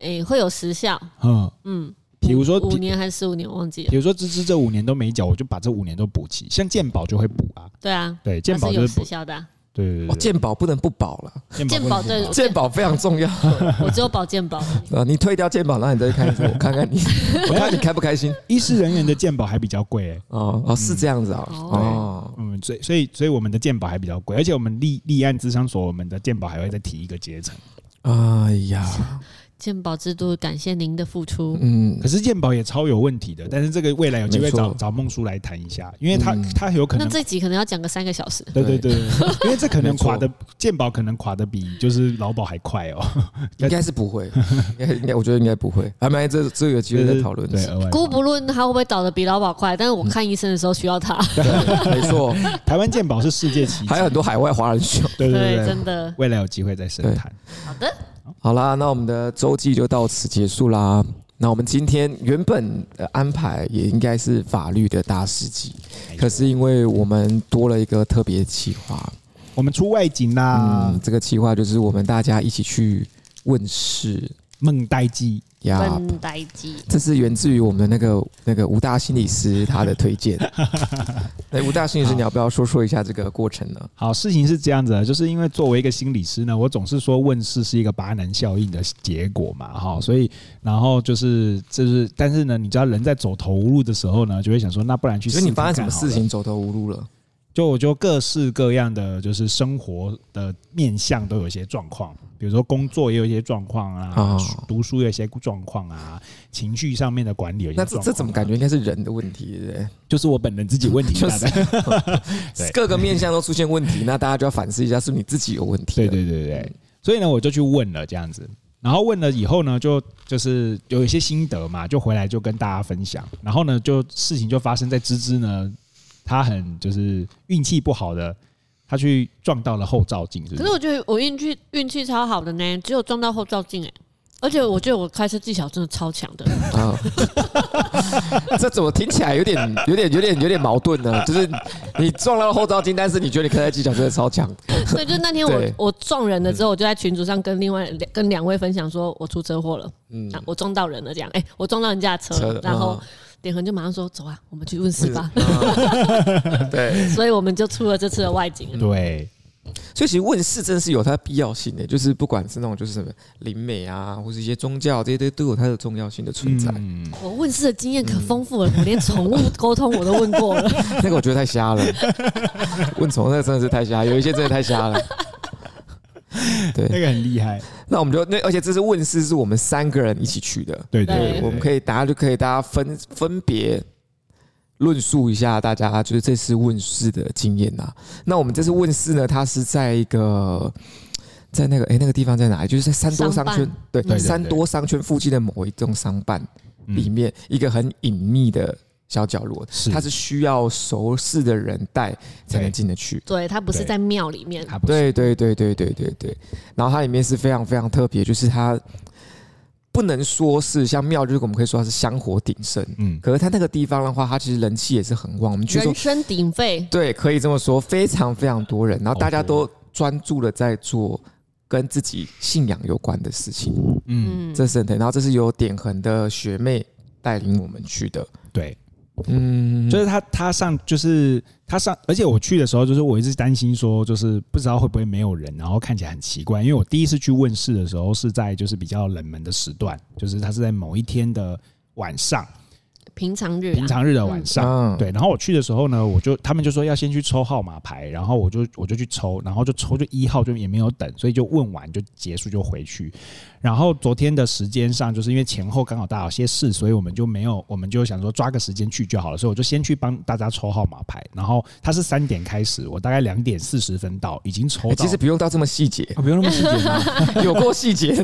S4: 诶、会有时效，
S2: 嗯，
S4: 嗯，
S2: 比如说
S4: 五五年还是十五年，我忘记了
S2: 比。如说芝芝这五年都没缴，我就把这五年都补齐，像健保就会补啊，
S4: 对啊，
S2: 对，健
S4: 它
S2: 保
S4: 是
S2: 就
S4: 有
S2: 是补
S4: 时，效的啊、
S2: 对对
S3: 哦，
S2: 对
S3: 健保不能不保了，
S2: 对，
S4: 健
S2: 保
S4: 保
S2: 不能
S4: 对
S2: 不，
S3: 健保非常重要
S4: 我只有保健保，
S3: 啊！你退掉健保，然后你再去看医生，我看看你， 我看你开不开心
S2: 医师人员的健保还比较贵、欸，
S3: 哦哦，是这样子啊
S4: 哦
S3: 哦，
S2: 嗯，所以所以所以我们的健保还比较贵，而且我们立立案智商所，我们的健保还会再提一个阶层。
S3: 哎呀，
S4: 健保制度感谢您的付出。
S3: 嗯
S2: 可，是健保也超有问题的，但是这个未来有机会
S3: 没错
S2: 找找孟叔来谈一下，因为他、
S3: 嗯
S2: 他有可
S4: 那
S2: 能。哎
S4: 这集可能要讲个三个小时，
S2: 对对对， 对因为这可能
S3: 没错
S2: 垮的健保可能垮的比就是劳保还快哦，
S3: 应该是不会， 应该应该，我觉得应该不会。还蛮这这个有机会再讨论。
S2: 对，额外
S4: 姑不论他会不会倒的比劳保快，但是我看医生的时候需要他。
S3: 对没错，
S2: 台湾健保是世界奇迹
S3: 还，有很多海外华人秀。
S2: 对对对，
S4: 真的。
S2: 未来有机会再深
S3: 对
S2: 谈。
S4: 好的，
S3: 好啦，那我们的周记就到此结束啦。那我们今天原本的安排也应该是法律的大事记，可是因为我们多了一个特别企划，
S2: 我们出外景啦
S3: 嗯，，这个企划就是我们大家一起去问世
S2: 梦代记，
S3: 呀。
S4: 笨呆鸡，
S3: 这是源自于我们的那个那个吴大心理师他的 推荐。那吴大心理师，你要不要说说一下这个过程呢？
S2: 好，事情是这样子的，就是因为作为一个心理师呢，我总是说问世是一个巴南效应的结果嘛，哈，所以然后就是就是，但是呢，你知道人在走投无路的时候呢，就会想说，那不然去试
S3: 所以
S2: 试
S3: 你发
S2: 看
S3: 生什么
S2: 好了
S3: 事情走投无路了？
S2: 就我就各式各样的就是生活的面向都有一些状况，比如说工作也有一些状况啊，
S3: 哦
S2: 读书有一些状况啊，情绪上面的管理有一些
S3: 那
S2: 状
S3: 这
S2: 况、啊
S3: 这怎么感觉？应该是人的问题，对不对？
S2: 就是我本人自己问题
S3: 就
S2: 大
S3: 是
S2: 概。对
S3: 各个面向都出现问题，那大家就要反思一下，是不是你自己有问题
S2: 对
S3: 了。
S2: 对对对，所以呢，我就去问了这样子，然后问了以后呢，就就是有一些心得嘛，就回来就跟大家分享。然后呢，就事情就发生在芝芝呢，她很就是运气不好的，她去撞到了后照镜，是不
S4: 可
S2: 是
S4: 是我觉得我运气运气超好的呢，只有撞到后照镜哎、而且我觉得我开车技巧真的超强的，
S3: 啊， 这怎么听起来有点、有点、有点、有点矛盾呢？就是你撞到了后照镜，但是你觉得你开车技巧真的超强，
S4: 所以就那天我
S3: 对嗯
S4: 我撞人了之后，我就在群组上跟另外两跟两位分享说我出车祸了，
S3: 嗯，
S4: 啊，我撞到人了这样，哎、我撞到人家的车了，
S3: 车的
S4: 然后
S3: 嗯
S4: 点恒就马上说走啊，我们去问事吧，
S3: 啊 对，
S4: 所以我们就出了这次的外景了。
S2: 对，
S3: 所以其实问世真的是有它的必要性的，就是不管是那种就是什么灵媒啊，或是一些宗教这些都都有它的重要性的存在。
S2: 嗯，
S4: 我问事的经验可
S3: 嗯
S4: 丰富了，我连宠物沟通我都问过 了。
S3: 那个我觉得太瞎了， 问从那个真的是太瞎，有一些真的太瞎了。
S2: 那
S3: 对，
S2: 个很厉害，
S3: 那我们就那而且这次问世是我们三个人一起去的，
S2: 对
S4: 对
S2: 对，
S3: 我们可以大家就可以大家分分别论述一下大家就是这次问世的经验呐、那我们这次问世呢，它是在一个在那个哎、那个地方在哪里？就是在三多商圈
S4: 商办，
S3: 嗯对，
S4: 对对
S3: 三多商圈附近的某一栋商办里面、一个很隐秘的小角落，
S2: 是
S3: 嗯它是需要熟识的人带才能进得去。
S4: 对，它不是在庙里面，
S2: 他不是
S3: 对对对对对对对。然后它里面是非常非常特别，就是它不能说是像庙，就是我们可以说它是香火鼎盛。
S2: 嗯，
S3: 可是它那个地方的话，它其实人气也是很旺。我们去说
S4: 人，声鼎沸，
S3: 对，可以这么说，非常非常多人，然后大家
S2: 好多
S3: 都专注的在做跟自己信仰有关的事情，
S2: 嗯，
S4: 嗯，
S3: 这是很特别然后这是由点恒的学妹带领我们去的，
S2: 对，
S3: 嗯，
S2: 就是他他上就是他上，而且我去的时候，就是我一直担心说，就是不知道会不会没有人，然后看起来很奇怪。因为我第一次去问世的时候是在就是比较冷门的时段，就是它是在某一天的晚上，
S4: 平常日、啊，
S2: 平常日的晚上。
S3: 嗯
S2: 对，然后我去的时候呢，我就他们就说要先去抽号码牌，然后我就我就去抽，然后就抽就一号就也没有等，所以就问完就结束就回去。然后昨天的时间上，就是因为前后刚好大家有些事，所以我们就没有，我们就想说抓个时间去就好了，所以我就先去帮大家抽号码牌。然后它是三点开始，我大概两点四十分到，已经抽
S3: 欸
S2: 到。
S3: 其实不用到这么细节，
S2: 啊不用那么细节嘛，
S3: 有过细节，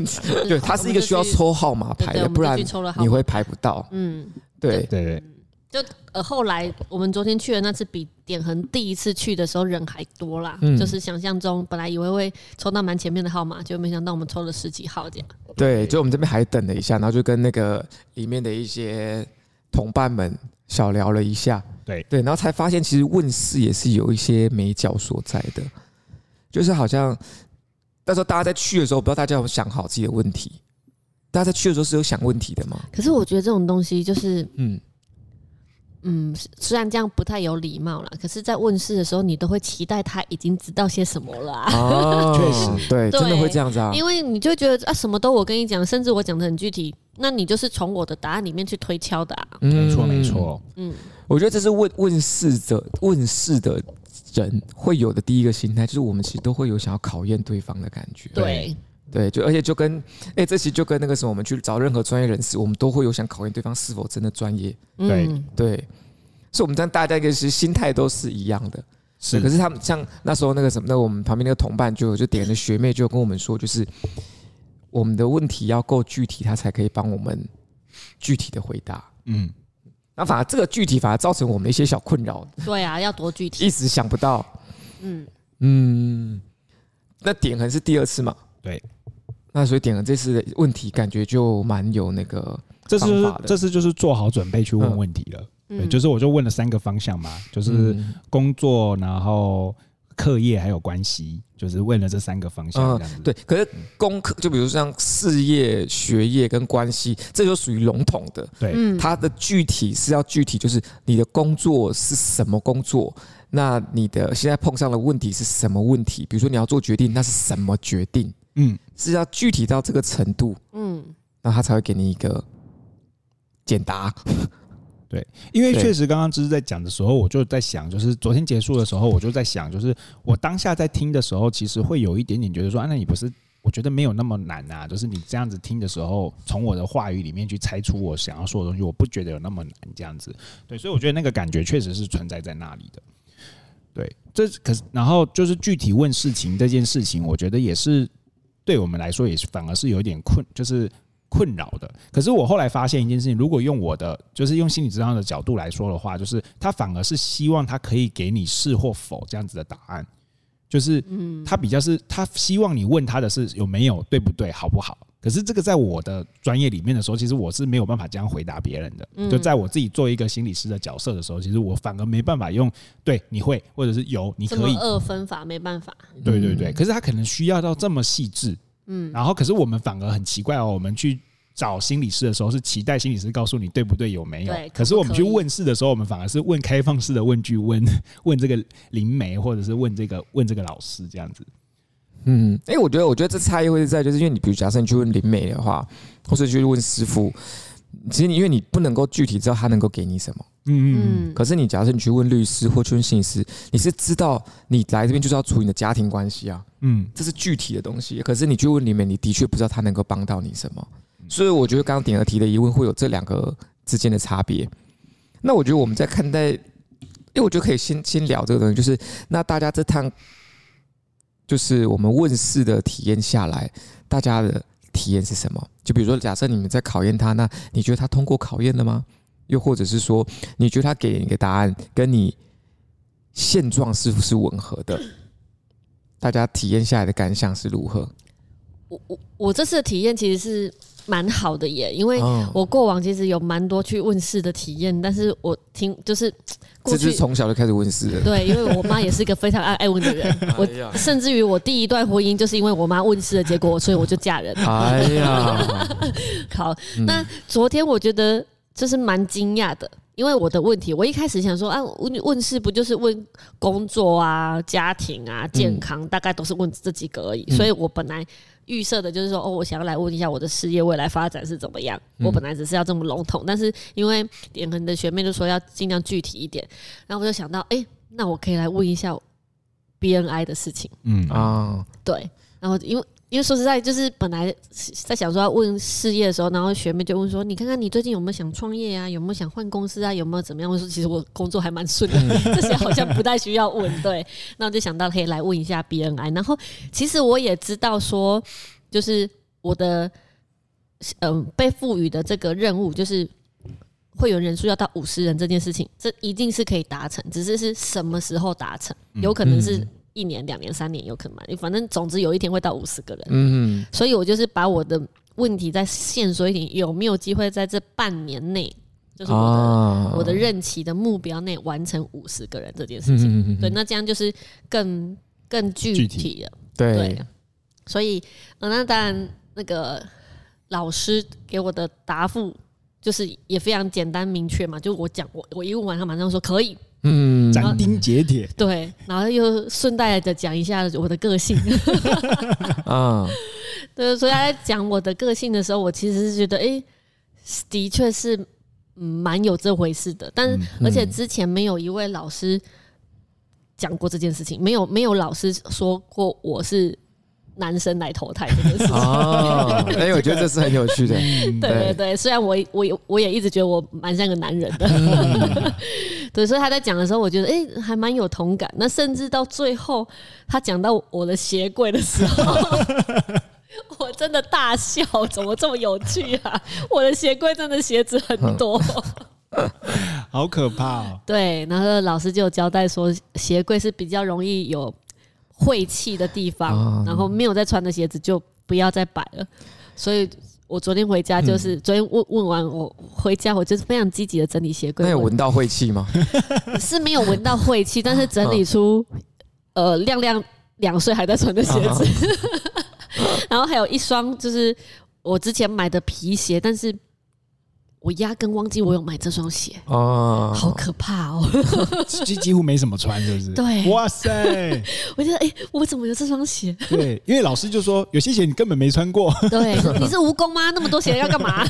S3: 对，它是一个需要抽号码牌
S4: 对对我
S3: 的，
S4: 们就
S3: 不然
S4: 去抽了号码
S3: 你会排不到。
S4: 嗯，
S3: 对，
S2: 对对
S4: 就呃后来我们昨天去的那次比点恒第一次去的时候人还多啦，
S3: 嗯
S4: 就是想象中本来以为会抽到蛮前面的号码，就没想到我们抽了十几号这样。
S3: 对，就我们这边还等了一下，然后就跟那个里面的一些同伴们小聊了一下，
S2: 对
S3: 对，然后才发现其实问世也是有一些美角所在的，就是好像那时候大家在去的时候，不知道大家有想好自己的问题，大家在去的时候是有想问题的吗？
S4: 可是我觉得这种东西就是，
S3: 嗯，
S4: 嗯，虽然这样不太有礼貌啦，可是，在问世的时候，你都会期待他已经知道些什么了、啊。
S3: 哦，
S2: 确实
S3: 对，
S4: 对
S3: 真的会这样子啊，
S4: 因为你就会觉得啊，什么都我跟你讲，甚至我讲的很具体，那你就是从我的答案里面去推敲的啊。
S3: 嗯
S2: 没错没错，
S4: 嗯，
S3: 我觉得这是问问世的问世的人会有的第一个心态，就是我们其实都会有想要考验对方的感觉。
S4: 对，
S3: 对，就而且就跟哎、这其实就跟那个什么，我们去找任何专业人士，我们都会有想考验对方是否真的专业。
S2: 对
S4: 嗯，
S3: 对，所以我们这样大家其实心态都是一样的。
S2: 是
S3: 可是他们像那时候那个什么，那我们旁边那个同伴就就点的学妹就有跟我们说，就是我们的问题要够具体，他才可以帮我们具体的回答。
S2: 嗯，
S3: 那反而这个具体反而造成我们一些小困扰，
S4: 对啊，要多具体
S3: 一。时想不到。
S4: 嗯，
S3: 嗯，那点恒是第二次嘛？
S2: 对。
S3: 那所以点恒这次的问题感觉就蛮有那个
S2: 这次
S3: 方法的
S2: 这次就是做好准备去问问题了。对，就是我就问了三个方向嘛，就是
S3: 嗯
S2: 工作，然后课业还有关系，就是问了这三个方向这样子。
S3: 啊对，，可是功课就比如像事业、学业跟关系，这就属于笼统的。
S2: 对
S4: 嗯，
S3: 它的具体是要具体，就是你的工作是什么工作，那你的现在碰上的问题是什么问题？比如说你要做决定，那是什么决定？
S2: 嗯，
S3: 是要具体到这个程度，
S4: 嗯，
S3: 那他才会给你一个简答。
S2: 因为
S3: 对
S2: 确实刚刚芝在讲的时候，我就在想，就是昨天结束的时候，我就在想，就是我当下在听的时候，其实会有一点点觉得说，啊，那你不是？我觉得没有那么难啊，就是你这样子听的时候，从我的话语里面去猜出我想要说的东西，我不觉得有那么难这样子。对，所以我觉得那个感觉确实是存在在那里的。对，这可是然后就是具体问事情这件事情，我觉得也是对我们来说也是反而是有一点困，就是困扰的。可是我后来发现一件事情，如果用我的就是用心理治疗的角度来说的话，就是他反而是希望他可以给你是或否这样子的答案，就是他比较是他希望你问他的是有没有对不对好不好。可是这个在我的专业里面的时候，其实我是没有办法这样回答别人
S4: 嗯
S2: 的。就在我自己做一个心理师的角色的时候，其实我反而没办法用对你会或者是有你
S4: 这
S2: 可
S4: 么
S2: 以
S4: 二分法没办法，
S2: 对对对，可是他可能需要到这么细致，嗯，然后可是我们反而很奇怪哦，我们去找心理师的时候是期待心理师告诉你对不对有没有
S4: 对，
S2: 可是
S4: 可不
S2: 我们去
S4: 可以
S2: 问事的时候，我们反而是问开放式的问句，问问这个灵媒或者是问这个问这个老师这样子，
S3: 嗯，因为我觉得，我觉得这差异会是在，就是因为你比如假设你去问灵媒的话，或是去问师傅，其实你因为你不能够具体知道他能够给你什么。
S2: 嗯嗯
S4: 嗯，
S3: 可是你假设你去问律师或去问心理师，你是知道你来这边就是要处理你的家庭关系啊，
S2: 嗯，
S3: 这是具体的东西。可是你去问里面，你的确不知道他能够帮到你什么。所以我觉得刚刚点儿提的疑问会有这两个之间的差别。那我觉得我们在看待，因为我觉得可以先先聊这个东西，就是那大家这趟就是我们问世的体验下来，大家的体验是什么？就比如说，假设你们在考验他，那你觉得他通过考验了吗？又或者是说，你觉得他给你的答案跟你现状是不是吻合的？大家体验下来的感想是如何？
S4: 我我我这次的体验其实是蛮好的耶，因为
S3: 嗯
S4: 我过往其实有蛮多去问世的体验，但是我听就是过
S3: 这
S4: 去
S3: 是从小就开始问世的。
S4: 对，因为我妈也是一个非常爱爱问的 人，我
S3: 哎呀
S4: 甚至于我第一段婚姻就是因为我妈问世的结果，所以我就嫁人。
S3: 哎 呀，
S4: 好，那昨天我觉得就是蛮惊讶的，因为我的问题，我一开始想说啊，问问世不就是问工作啊、家庭啊、健康，大概都是问这几个而已，所以我本来。预设的就是说，哦，我想要来问一下我的事业未来发展是怎么样。我本来只是要这么笼统，但是因为点恒的学妹就说要尽量具体一点，然后我就想到，哎、那我可以来问一下 BNI 的事情。
S2: 嗯啊，
S3: 啊，
S4: 对，然后因为因为说实在，就是本来在想说要问事业的时候，然后学妹就问说：“你看看你最近有没有想创业啊？有没有想换公司啊？有没有怎么样？”我说：“其实我工作还蛮顺的，这些好像不太需要问。”对，那我就想到可以来问一下 BNI。然后其实我也知道说，就是我的嗯、被赋予的这个任务就是。会员人数要到五十人这件事情，这一定是可以达成，只是是什么时候达成，有可能是一年、两年、三年，有可能嘛，反正总之有一天会到五十个人。
S3: 嗯，
S4: 所以我就是把我的问题再线索一点，有没有机会在这半年内，就是我的、
S3: 啊
S4: 我的任期的目标内完成五十个人这件事情。
S3: 嗯
S4: 对，那这样就是更更具
S2: 具
S4: 体
S2: 体
S4: 了。
S3: 对
S4: 对，所以、呃那当然那个老师给我的答复就是也非常简单明确嘛，就我讲我我一问完，他马上说可以，
S3: 嗯，
S2: 斩钉截铁，
S4: 对，然后又顺带的讲一下我的个性。
S3: 啊，
S4: 对，所以他在讲我的个性的时候，我其实是觉得，哎、的确是嗯蛮有这回事的。但是，而且之前没有一位老师讲过这件事情，没有没有老师说过我是男生来投胎这件事情。
S3: 啊，哎，我觉得这是很有趣的，
S4: 对对对，虽然我我也我也一直觉得我蛮像个男人的， 对，所以他在讲的时候，我觉得哎、诶还蛮有同感。那甚至到最后，他讲到我的鞋柜的时候， 我真的大笑，怎么这么有趣啊？我的鞋柜真的鞋子很多。
S2: 好可怕哦。
S4: 对，然后老师就有交代说，鞋柜是比较容易有
S3: 啊
S4: 晦气的地方，然后没有在穿的鞋子就不要再摆了。所以我昨天回家
S3: 嗯
S4: 就是、昨天问问完我回家，我就是非常积极的整理鞋柜。
S3: 那有
S4: 我
S3: 闻到晦气吗？
S4: 是没有闻到晦气，但是整理出
S3: 嗯
S4: 呃亮亮两岁还在穿的鞋子，
S3: 啊
S4: 然后还有一双就是我之前买的皮鞋，但是我压根忘记我有买这双鞋，
S3: 啊，
S4: 好可怕哦！
S2: 几几乎没什么穿，是不是？
S4: 对
S2: 哇塞，
S4: 我觉得哎、诶我怎么有这 双鞋？
S2: 对，因为老师就说有些鞋你根本没穿过，
S4: 对，你是蜈蚣吗？那么多鞋要 干嘛？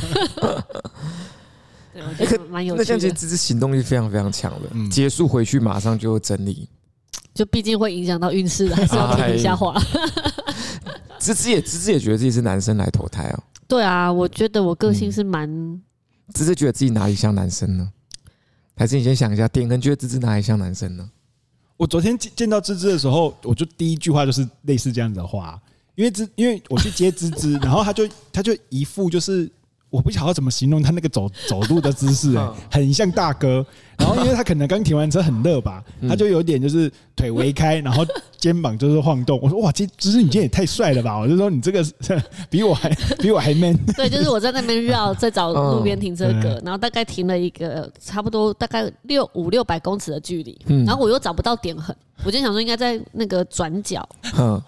S4: 对，我觉得蛮有
S3: 哎那这
S4: 趣
S3: 样其实
S4: 的，
S3: 这是行动力非常非常强的，
S2: 嗯
S3: 结束回去马上就整理，
S4: 就毕竟会影响到运势的，还是要听一下话。
S3: 哎芝芝也芝芝也觉得自己是男生来投胎哦，
S4: 对啊，我觉得我个性
S3: 嗯
S4: 是蛮。
S3: 芝芝觉得自己哪里像男生呢？还是你先想一下，点根觉得芝芝哪里像男生呢？
S2: 我昨天见见到芝芝的时候，我就第一句话就是类似这样子的话，因为芝，因为我去接芝 芝，然后他就他就一副就是我不晓得怎么形容他那个走走路的姿势、欸
S3: 嗯，
S2: 很像大哥。然后因为他可能刚停完车很热吧，他就有点就是腿围开，然后肩膀就是晃动。我说哇，这芝芝你今天也太帅了吧！我就说你这个是 比我还比我还 man。
S4: 对，就是我在那边绕，在找路边停车格
S2: 嗯，
S4: 然后大概停了一个差不多大概六五六百公尺的距离，
S3: 嗯
S4: 然后我又找不到点痕，我就想说应该在那个转角，
S3: 嗯，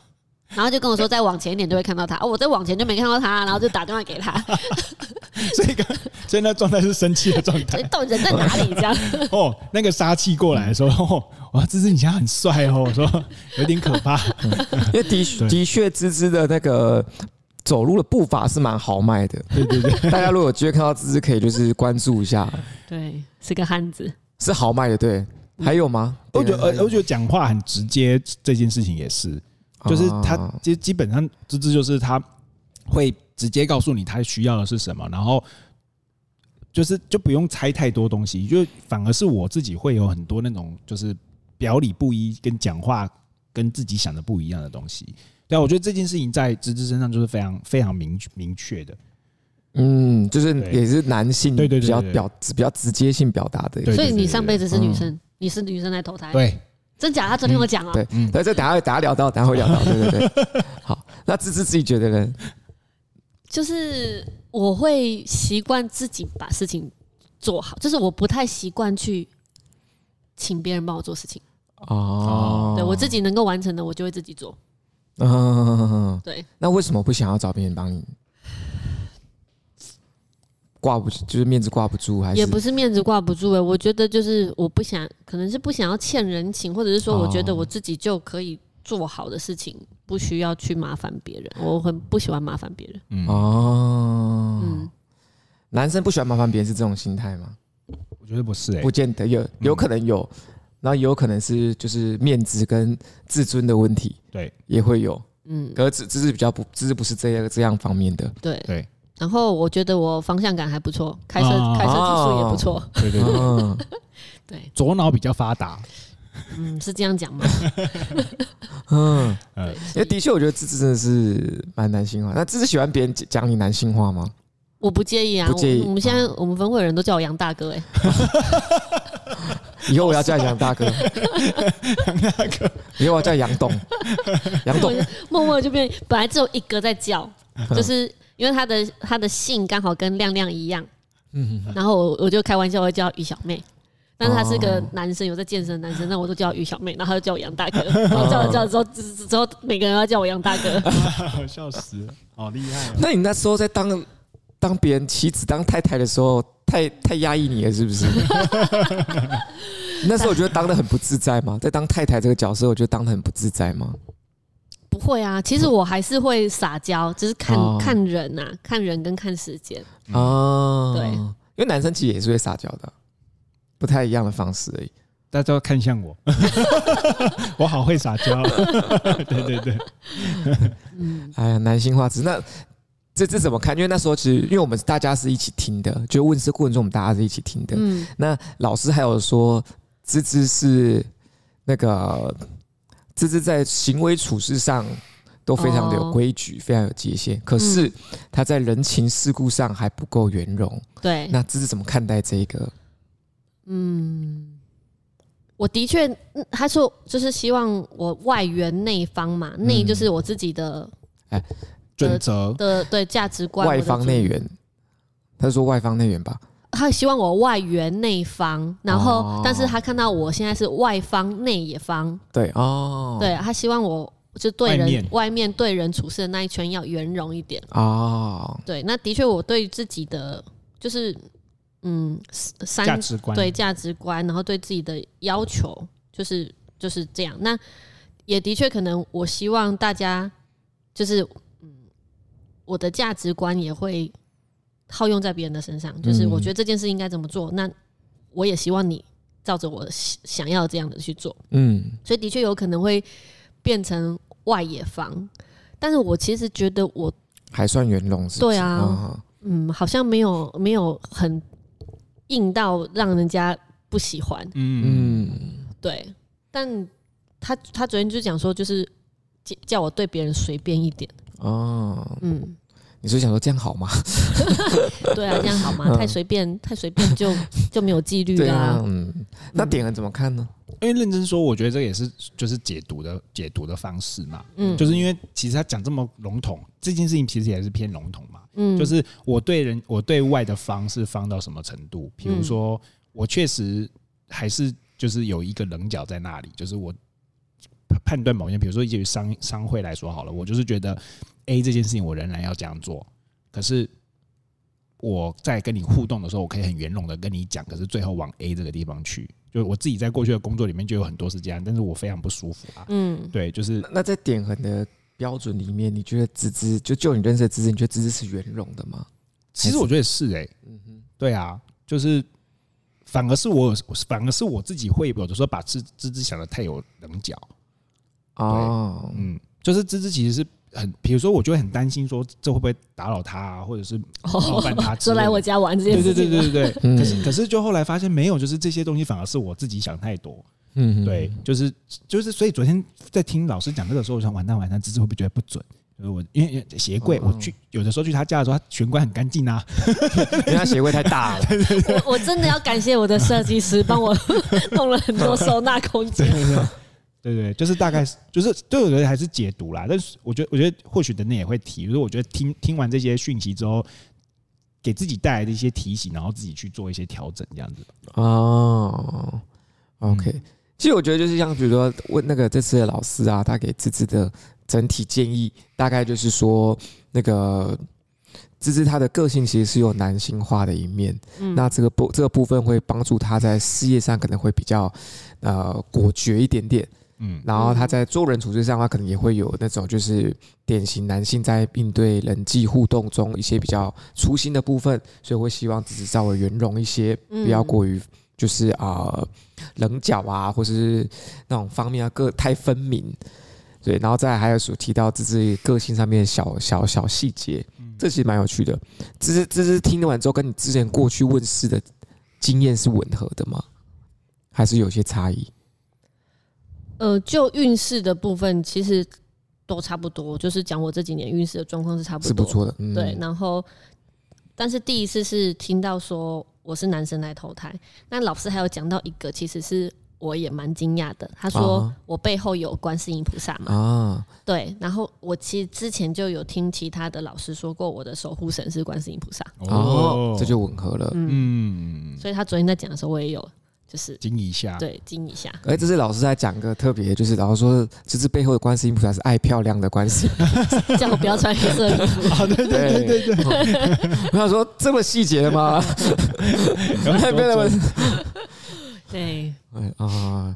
S4: 然后就跟我说再往前一点就会看到他，哦，我再往前就没看到他，然后就打电话 给他，
S2: 所以刚所以那状态是生气的状
S4: 所以
S2: 态。
S4: 哎到底人在哪里这样？
S2: 哦，那个杀气过来的时候， 哦，哇，芝芝你现在很帅哦。我说有点可怕。
S3: 因为的
S2: 对
S3: 的确芝芝的那个。走路的步伐是蛮豪迈的，对对对。大家如果有机会看到芝芝，可以就是关注一下，
S4: 对，是个汉子，
S3: 是豪迈的，对。
S4: 嗯
S3: 还有吗？
S2: 我觉得，呃我觉得讲话很直接这件事情也是，呃就是他
S3: 啊
S2: 基基本上芝芝就是他会直接告诉你他需要的是什么，然后就是就不用猜太多东西，就反而是我自己会有很多那种就是表里不一，跟讲话跟自己想的不一样的东西。对啊，我觉得这件事情在芝芝身上就是非常非常明明确的。
S3: 嗯，就是
S2: 对
S3: 也是男性
S2: 对对对
S3: 比较
S2: 对对
S3: 表比较直接性表达的。
S2: 对嗯
S4: 所以你上辈子是女生，你是女生来投胎，
S2: 对，嗯
S4: 真假？他昨天有讲啊，
S3: 对，但这等下等下聊到，等下会聊到，对对对。好，那芝芝自己觉得呢？
S4: 就是我会习惯自己把事情做好，就是我不太习惯去请别人帮我做事情。
S3: 哦，
S4: 对我自己能够完成的，我就会自己做。
S3: 嗯，
S4: 对，
S3: 那为什么不想要找别人帮你？挂不就是面子挂不住，还是
S4: 也不是面子挂不住诶、欸我觉得就是我不想，可能是不想要欠人情，或者是说我觉得
S3: 哦
S4: 我自己就可以做好的事情，不需要去麻烦别人。我很不喜欢麻烦别人。
S2: 嗯
S3: 哦？
S4: 嗯，
S3: 男生不喜欢麻烦别人是这种心态吗？
S2: 我觉得不是哎、
S3: 不见得有，有可能有，然后也有可能是就是面子跟自尊的问题
S2: 对
S3: 也会有。
S4: 嗯，
S3: 可是芝芝是比较不，芝芝不是这样这样方面的。
S4: 对。
S2: 对
S4: 然后我觉得我方向感还不错，开车、
S2: 哦
S4: 开车技术也不错。
S2: 对对对，
S4: 哦
S3: 嗯，
S4: 对，
S2: 左脑比较发达，
S4: 嗯，是这样讲吗？
S3: 嗯，
S2: 呃，
S3: 因为的确，我觉得芝芝真的是蛮男性化。那芝芝喜欢别人讲你男性化吗？
S4: 我不介意啊，
S3: 不介意
S4: 我我们现在我们分会的人都叫我杨大哥、欸，哎，
S3: 以后我要叫你杨 大哥，杨大哥，以后我要叫杨 董，杨董
S4: 我就默默就变，本来只有一个在 叫，就是因为他的他的姓刚好跟亮亮一样，
S3: 嗯
S4: 然后我我就开玩笑会叫于小妹。但是他是
S3: 哦
S4: 个男生，有在健身的男生，那我都叫他于小妹，然后他就叫我杨大哥，然后
S3: 哦
S4: 叫了叫了之后，之之之后每个人都要叫我杨大哥，
S2: 笑死了，好厉害、哦。
S3: 那你那时候在当当别人妻子、当太太的时候，太太压抑你了，是不是？那时候我觉得当的很不自在嘛，在当太太这个角色，我觉得当的很不自在嘛。
S4: 不会啊，其实我还是会撒娇，只是看、
S3: 哦
S4: 看人呐、啊，看人跟看时间。
S3: 啊，
S4: 对
S3: 因为男生其实也是会撒娇的，不太一样的方式而已。
S2: 大家要看向 我，我好会撒 娇。对对对，
S4: 嗯，
S3: 哎呀，男性化只那这这怎么看？因为那时候其实，因为我们大家是一起听的，就问世过程中我们大家是一起听的。
S4: 嗯，
S3: 那老师还有说，芝芝是那个芝芝在行为处事上都非常的有
S4: 哦嗯
S3: 规矩，非常有界限，可是他在人情世故上还不够圆融。
S4: 对。
S3: 那芝芝怎么看待这个？
S4: 嗯，我的确，嗯他
S3: 嗯
S4: 说就是希望我外圆内方嘛，内就是我自己的
S2: 准则，
S4: 的对价值观，
S3: 外方内
S4: 圆，
S3: 圆，他是说外方内圆吧？
S4: 他希望我外圆内方，然后、
S3: 哦
S4: 但是他看到我现在是外方内也方，
S3: 对哦，
S4: 对他希望我就对人
S2: 外
S4: 外
S2: 面
S4: 面对人处事的那一圈要圆融一点。
S3: 哦，
S4: 对，那的确我对自己的就是嗯三
S2: 价值观嗯
S4: 对价值观，然后对自己的要求就是就是这样。那也的确可能我希望大家就是嗯我的价值观也会套用在别人的身上，就是我
S3: 嗯
S4: 觉得这件事应该怎么做，那我也希望你照着我想想要这样的去做。
S3: 嗯，
S4: 所以的确有可能会变成外野方。但是我其实觉得我
S3: 还算圆融是不是？
S4: 对啊
S3: 哦
S4: 嗯，好像没有没有很硬到让人家不喜欢。
S2: 嗯
S3: 嗯，
S4: 对，但他他昨天就讲说，就是叫叫我对别人随便一点。
S3: 哦，
S4: 嗯，
S3: 你是想说这样好吗？
S4: 啊对啊，这样好
S2: 嗯
S4: 吗？太随便，太随便就就没有纪律
S3: 对
S4: 啦、
S3: 啊，嗯，那点人怎么看呢？
S2: 因为认真说，我觉得这也是就是解读的解读的方式嘛，
S4: 嗯
S2: 就是因为其实他讲这么笼统，这件事情其实也是偏笼统嘛，
S4: 嗯，
S2: 就是我对人我对外的方是方到什么程度？比如说，我确实还是就是有一个棱角在那里，就是我判断某件，比如说以商商会来说好了，我就是觉得 A 这件事情我仍然要这样做，可是。我在跟你互动的时候，我可以很圆融的跟你讲，可是最后往 A 这个地方去，就是我自己在过去的工作里面就有很多是这样，但是我非常不舒服啊。
S4: 嗯，
S2: 对，就是
S3: 那在点恒的标准里面，你觉得芝芝就就你认识的芝芝，你觉得芝芝是圆融的吗？
S2: 其实我觉得是哎、
S3: 嗯哼，
S2: 对啊，就是反而是我，反而是我自己会有的时候把芝芝芝想的太有棱角，
S3: 哦，
S2: 嗯，就是芝芝其实是很，比如说我就会很担心说这会不会打扰他、啊，或者是冒犯他之
S4: 哦说
S2: 类的，
S4: 来我家玩这件
S2: 对对
S4: 事情，
S2: 对对对对。
S3: 嗯
S2: 可是可是就后来发现没有，就是这些东西反而是我自己想太多，
S3: 嗯哼
S2: 对，，就是就是，所以昨天在听老师讲这个时候，我想完蛋完蛋，芝芝会不会觉得不准？就是我因为因为
S3: 嗯
S2: 鞋柜，我去有的时候去他家的时候，他玄关很干净啊，
S3: 因为他鞋柜太大 了，
S4: 我我真的要感谢我的设计师，帮我 弄了很多收纳空间。
S2: 对对，就是大概是就是对我觉得还是解读啦，但是我觉得我觉得或许等等也会提，就是我觉得听听完这些讯息之后，给自己带来的一些提醒，然后自己去做一些调整，这样子。
S3: 哦，OK，、其
S2: 嗯
S3: 实我觉得就是像比如说问那个这次的老师啊，他给芝芝的整体建议，大概就是说那个芝芝她的个性其实是有男性化的一面，
S4: 嗯
S3: 那这个部这个部分会帮助她在事业上可能会比较呃果决一点点，
S2: 嗯
S3: 然后他在做人处事上，他可能也会有那种就是典型男性在应对人际互动中一些比较粗心的部分，所以会希望自己稍微圆融一些，
S4: 嗯
S3: 不要过于就是啊、呃棱角啊，或是那种方面啊各太分明。对，然后再来还有所提到自己个性上面的小小小细节，
S4: 嗯
S3: 这其实蛮有趣的。这是这是听完之后，跟你之前过去问世的经验是吻合的吗？还是有些差异？
S4: 呃，就运势的部分，其实都差不多，就是讲我这几年运势的状况是差不多，
S3: 是不错的，嗯、
S4: 对，然后，但是第一次是听到说我是男生来投胎，那老师还有讲到一个，其实是我也蛮惊讶的，他说
S3: 啊
S4: 我背后有观世音菩萨
S2: 嗯
S4: 嘛，
S3: 啊，
S4: 对，然后我其实之前就有听其他的老师说过，我的守护神是观世音菩萨，
S3: 哦，这就吻合了。
S4: 嗯，
S2: 嗯，
S4: 所以他昨天在讲的时候，我也有就是
S2: 惊一下，
S3: 啊
S4: 对惊一下，
S3: 哎，这是老师在讲一个特别，就是老师说，就是背后的观世音菩萨是爱漂亮的观世音。
S4: 叫我不要穿黑色的衣服。
S2: 啊，对对 对哦对对，
S3: 我想说，这么细节 的吗？
S2: 然
S3: 太
S2: 后
S3: 漂亮了
S4: 对，
S3: 哎啊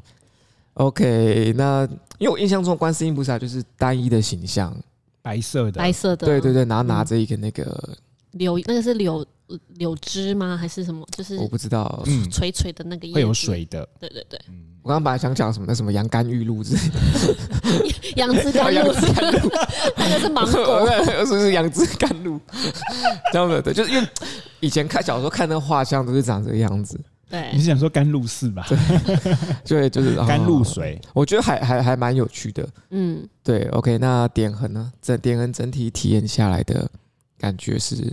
S3: ，OK，那因为我印象中观世音菩萨就是单一的形象，
S2: 白色的
S4: 白色的，
S3: 对对对，然后
S4: 嗯
S3: 拿着一个那个，
S4: 柳那个是柳呃柳枝吗？还是什么？就是
S3: 我不知道，
S2: 嗯，
S4: 垂垂的那个叶子
S2: 会有。水的，
S4: 对对对，
S2: 嗯，
S3: 我刚刚本来想讲什么那什么杨甘玉露之类的，
S4: 杨枝甘露， 那个是芒 果。
S3: 是不是杨枝甘露？ 这样的，对，就是因为以前看小时候看那画像都是长这个样子，
S2: 你
S4: 对，
S2: 是想说甘露寺吧？
S3: 对，就是
S2: 甘露
S3: 啊
S2: 水，
S3: 我觉得还还还蛮有趣的。
S4: 嗯，
S3: 对，OK，那点恒呢？整点恒整体体验下来的感觉是，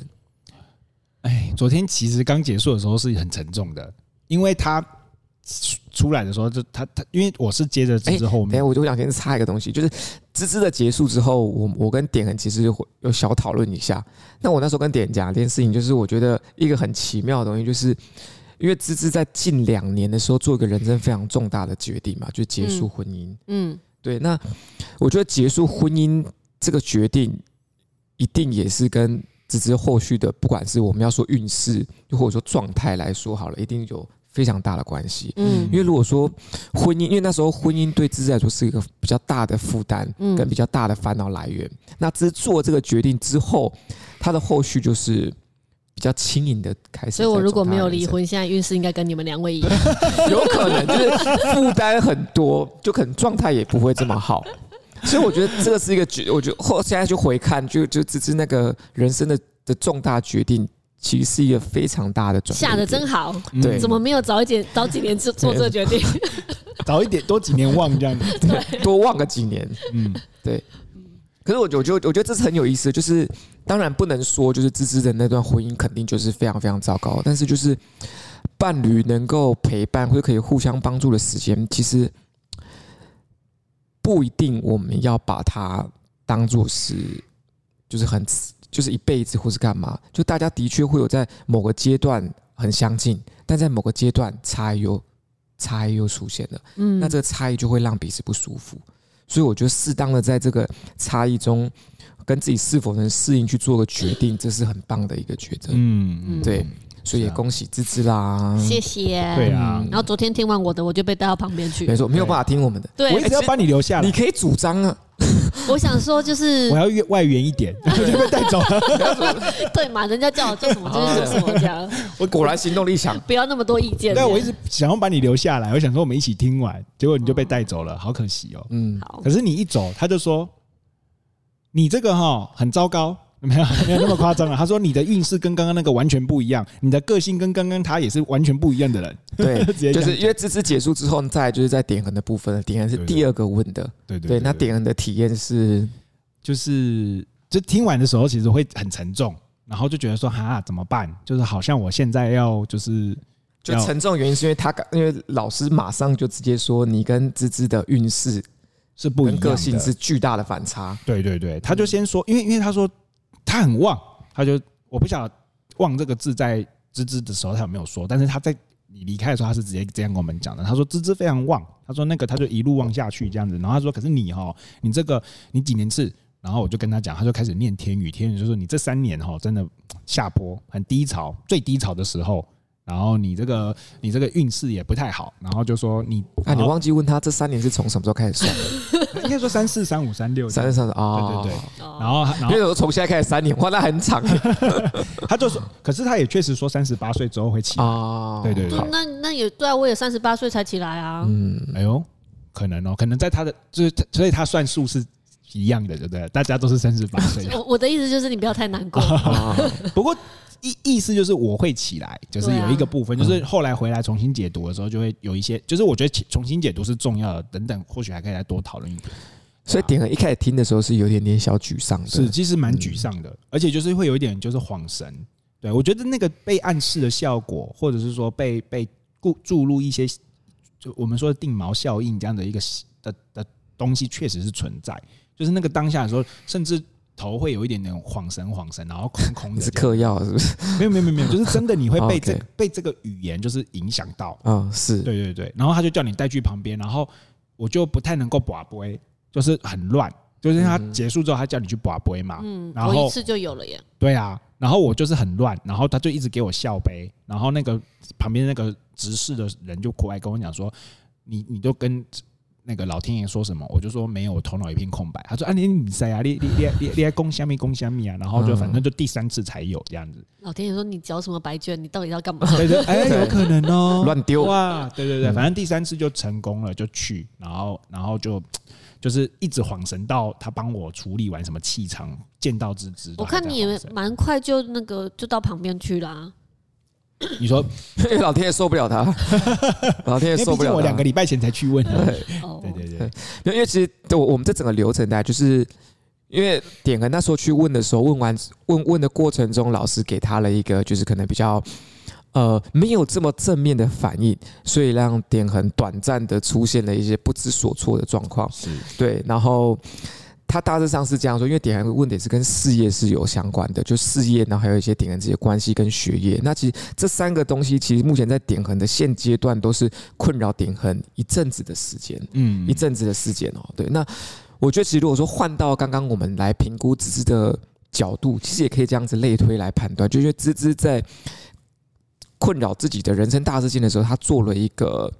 S2: 哎，昨天其实刚结束的时候是很沉重的，因为他出出来的时候，就他他，因为我是接着芝芝后
S3: 等一
S2: 面
S3: 哎下，我就想先插一个东西，就是芝芝的结束之后，我我跟点恒其实有有小讨论一下。那我那时候跟点恒讲一件事情，就是我觉得一个很奇妙的东西，就是因为芝芝在近两年的时候做一个人生非常重大的决定嘛，就是结束婚姻。
S4: 嗯，
S3: 对，那我觉得结束婚姻这个决定，一定也是跟芝芝后续的，不管是我们要说运势，又或者说状态来说好了，一定有非常大的关系。
S4: 嗯
S3: 因为如果说婚姻，因为那时候婚姻对芝芝来说是一个比较大的负担，
S4: 嗯
S3: 跟比较大的烦恼来源。那芝芝做这个决定之后，她的后续就是比较轻盈的开始。
S4: 所以我如果没有离，婚，现在运势应该跟你们两位一样。
S3: 有可能就是负担很多，就可能状态也不会这么好。所以我觉得这个是一个决，我觉得后现在去回看，就就芝芝那个人生的的重大决定，其实是一个非常大的转折。
S4: 下的真好，
S2: 嗯
S3: 对
S4: 怎么没有早一点早几年做做这个决定？
S2: 早一点多几年忘这样子，
S3: 多忘个几年。
S2: 嗯，
S3: 可是我我就我觉得这是很有意思的，就是当然不能说就是芝芝的那段婚姻肯定就是非常非常糟糕，但是就是伴侣能够陪伴或者可以互相帮助的时间，其实不一定我们要把它当做是就是很就是一辈子或是干嘛，就大家的确会有在某个阶段很相近，但在某个阶段差异又差异又出现了。
S4: 嗯
S3: 那这个差异就会让彼此不舒服。所以我觉得适当的在这个差异中，跟自己是否能适应去做个决定，这是很棒的一个抉择。
S2: 嗯，
S3: 对，所以也
S2: 是啊
S3: 恭喜芝芝啦。
S4: 谢谢。
S2: 对啊
S4: 然，后昨天听完我的，我就被带到旁边去
S3: 没。错，没有办法听我们的，
S4: 对
S2: 我一直要把你留下
S3: 你
S2: 来，
S3: 可以主 张啊。
S4: 我想说就是
S2: 我要越外援一点，我就被带走了。
S4: 对嘛，人家叫我做什么就是做什么，这样
S3: 我果然行动 力强。
S4: 不要那么多意见。
S2: 但我一直想要把你留下来，我想说我们一起听完，结果你就被带走了，好可惜哦。
S3: 嗯，
S4: 好
S2: 可，是你一走，他就说你这个哈很糟糕，没有没有那么夸张啊。他说你的运势跟刚刚那个完全不一样，你的个性跟刚刚他也是完全不一样的人。
S3: 对
S2: 直接，
S3: 就
S2: 这样
S3: 是因为芝芝结束之后，再来就是在点恒的部分了，点恒是
S2: 对对
S3: 第二个问的。
S2: 对
S3: 对，那点恒的体验是，
S2: 就是就听完的时候，其实会很沉重，然后就觉得说哈怎么办？就是好像我现在要就是
S3: 就
S2: 要
S3: 沉重的原因是因为他感，因为老师马上就直接说你跟芝芝的运势
S2: 是不一
S3: 跟
S2: 样的
S3: 个性是巨大的反差。
S2: 对对对，他就先说，
S3: 嗯
S2: 因为因为他说他很旺，他就我不晓得“旺”这个字在芝芝的时候他有没有说，但是他在你离开的时候，他是直接这样跟我们讲的。他说芝芝非常旺，他说那个他就一路旺下去这样子，然后他说可是你哈，你这个你几年次？然后我就跟他讲，他就开始念天语，天语就说你这三年哈真的下坡，很低潮，最低潮的时候，然后你这个你这个运势也不太好，然后就说你
S3: 啊，你
S2: 然后
S3: 忘记问他这三年是从什么时候开始算的？
S2: 应该说三四三五三六这
S3: 三
S2: 样
S3: 十三十
S2: 对
S3: 啊，
S2: 对对然后
S4: 哦
S2: 他然后
S3: 因为我从现在开始三年，哇，那很长
S2: 他就说，可是他也确实说三十八岁之后会起来。
S3: 啊。
S2: 对对
S4: 对
S2: 对，
S4: 那那也对啊，我也三十八岁才起来啊。
S3: 嗯，
S2: 哎呦，可能哦，可能在他的就是，所以他算数是一样的，对不对？大家都是三十八 岁。
S4: 我我的意思就是你不要太难过。
S3: 啊，
S2: 不过意意思就是我会起来，就是
S4: 对啊
S2: 有一个部分，就是后来回来重新解读的时候，就会有一些，就是我觉得其重新解读是重要的，等等，或许还可以再多讨论一点。
S3: 所以点恒一开始听的时候是有点点小沮丧的，
S2: 是，其实蛮沮丧的，而且就是会有一点就是恍神。对我觉得那个被暗示的效果，或者是说被被注注入一些，就我们说的定锚效应这样的一个的的东西，确实是存在。就是那个当下的时候，甚至头会有一点点恍神恍神，然后空空
S3: 你
S2: 的
S3: 是
S2: 这样。
S3: 嗑药是不是？
S2: 没有没有没有没有，就是真的你会被这
S3: OK
S2: 被这个语言就是影响到。
S3: 啊，是，
S2: 对对对，然后他就叫你带去旁边，然后我就不太能够把杯，就是很乱。就是他结束之后，他叫你去把杯嘛，
S4: 嗯，
S2: 然
S4: 我
S2: 后
S4: 一次就有了耶。
S2: 对啊，然后我就是很乱，然后他就一直给我笑呗，然后那个旁边那个执事的人就过来跟我讲说，你你就跟那个老天爷说什么，我就说没有，我头脑一片空白。他说啊，你你谁啊？你你你你你还攻虾米攻虾米啊？然
S4: 嗯
S2: 后就反正就第三次才有这样子，
S4: 老天爷说你缴什么白卷，你到底要 干嘛？
S2: 对对，哎，
S3: 对
S2: 有可能哦，
S3: 乱丢
S2: 哇，对对对，
S3: 嗯
S2: 反正第三次就成功了，就去，然后然后就。就是一直恍神到他帮我处理完什么气场，见到之之。
S4: 我看你
S2: 都还
S4: 也
S2: 在恍神
S4: 蛮快就那个就到旁边去 啦。
S2: 你说
S3: 因为老天爷受不了他，老
S2: 因
S3: 天爷
S2: 为
S3: 哎受
S2: 毕
S3: 不
S2: 竟
S3: 了
S2: 我
S3: 他
S2: 两个。礼拜前才去问的。
S4: 哦
S2: 对，对对，
S3: 因为因为其实对我我们这整个流程大概就是。因为点恒那时候去问的时候，问完问问的过程中，老师给他了一个就是可能比较呃没有这么正面的反应，所以让点恒短暂的出现了一些不知所措的状况。
S2: 是
S3: 对，然后他大致上是这样说，因为点燃的问题是跟事业是有相关的，就事业，然后还有一些点燃自己的关系跟学业。那其实这三个东西，其实目前在点恒的现阶段都是困扰点恒一阵子的时间。
S2: 嗯
S3: 一阵子的时间哦。对，那我觉得其实如果说换到刚刚我们来评估芝芝的角度，其实也可以这样子类推来判断，就因为芝芝在困扰自己的人生大事件的时候，他做了一个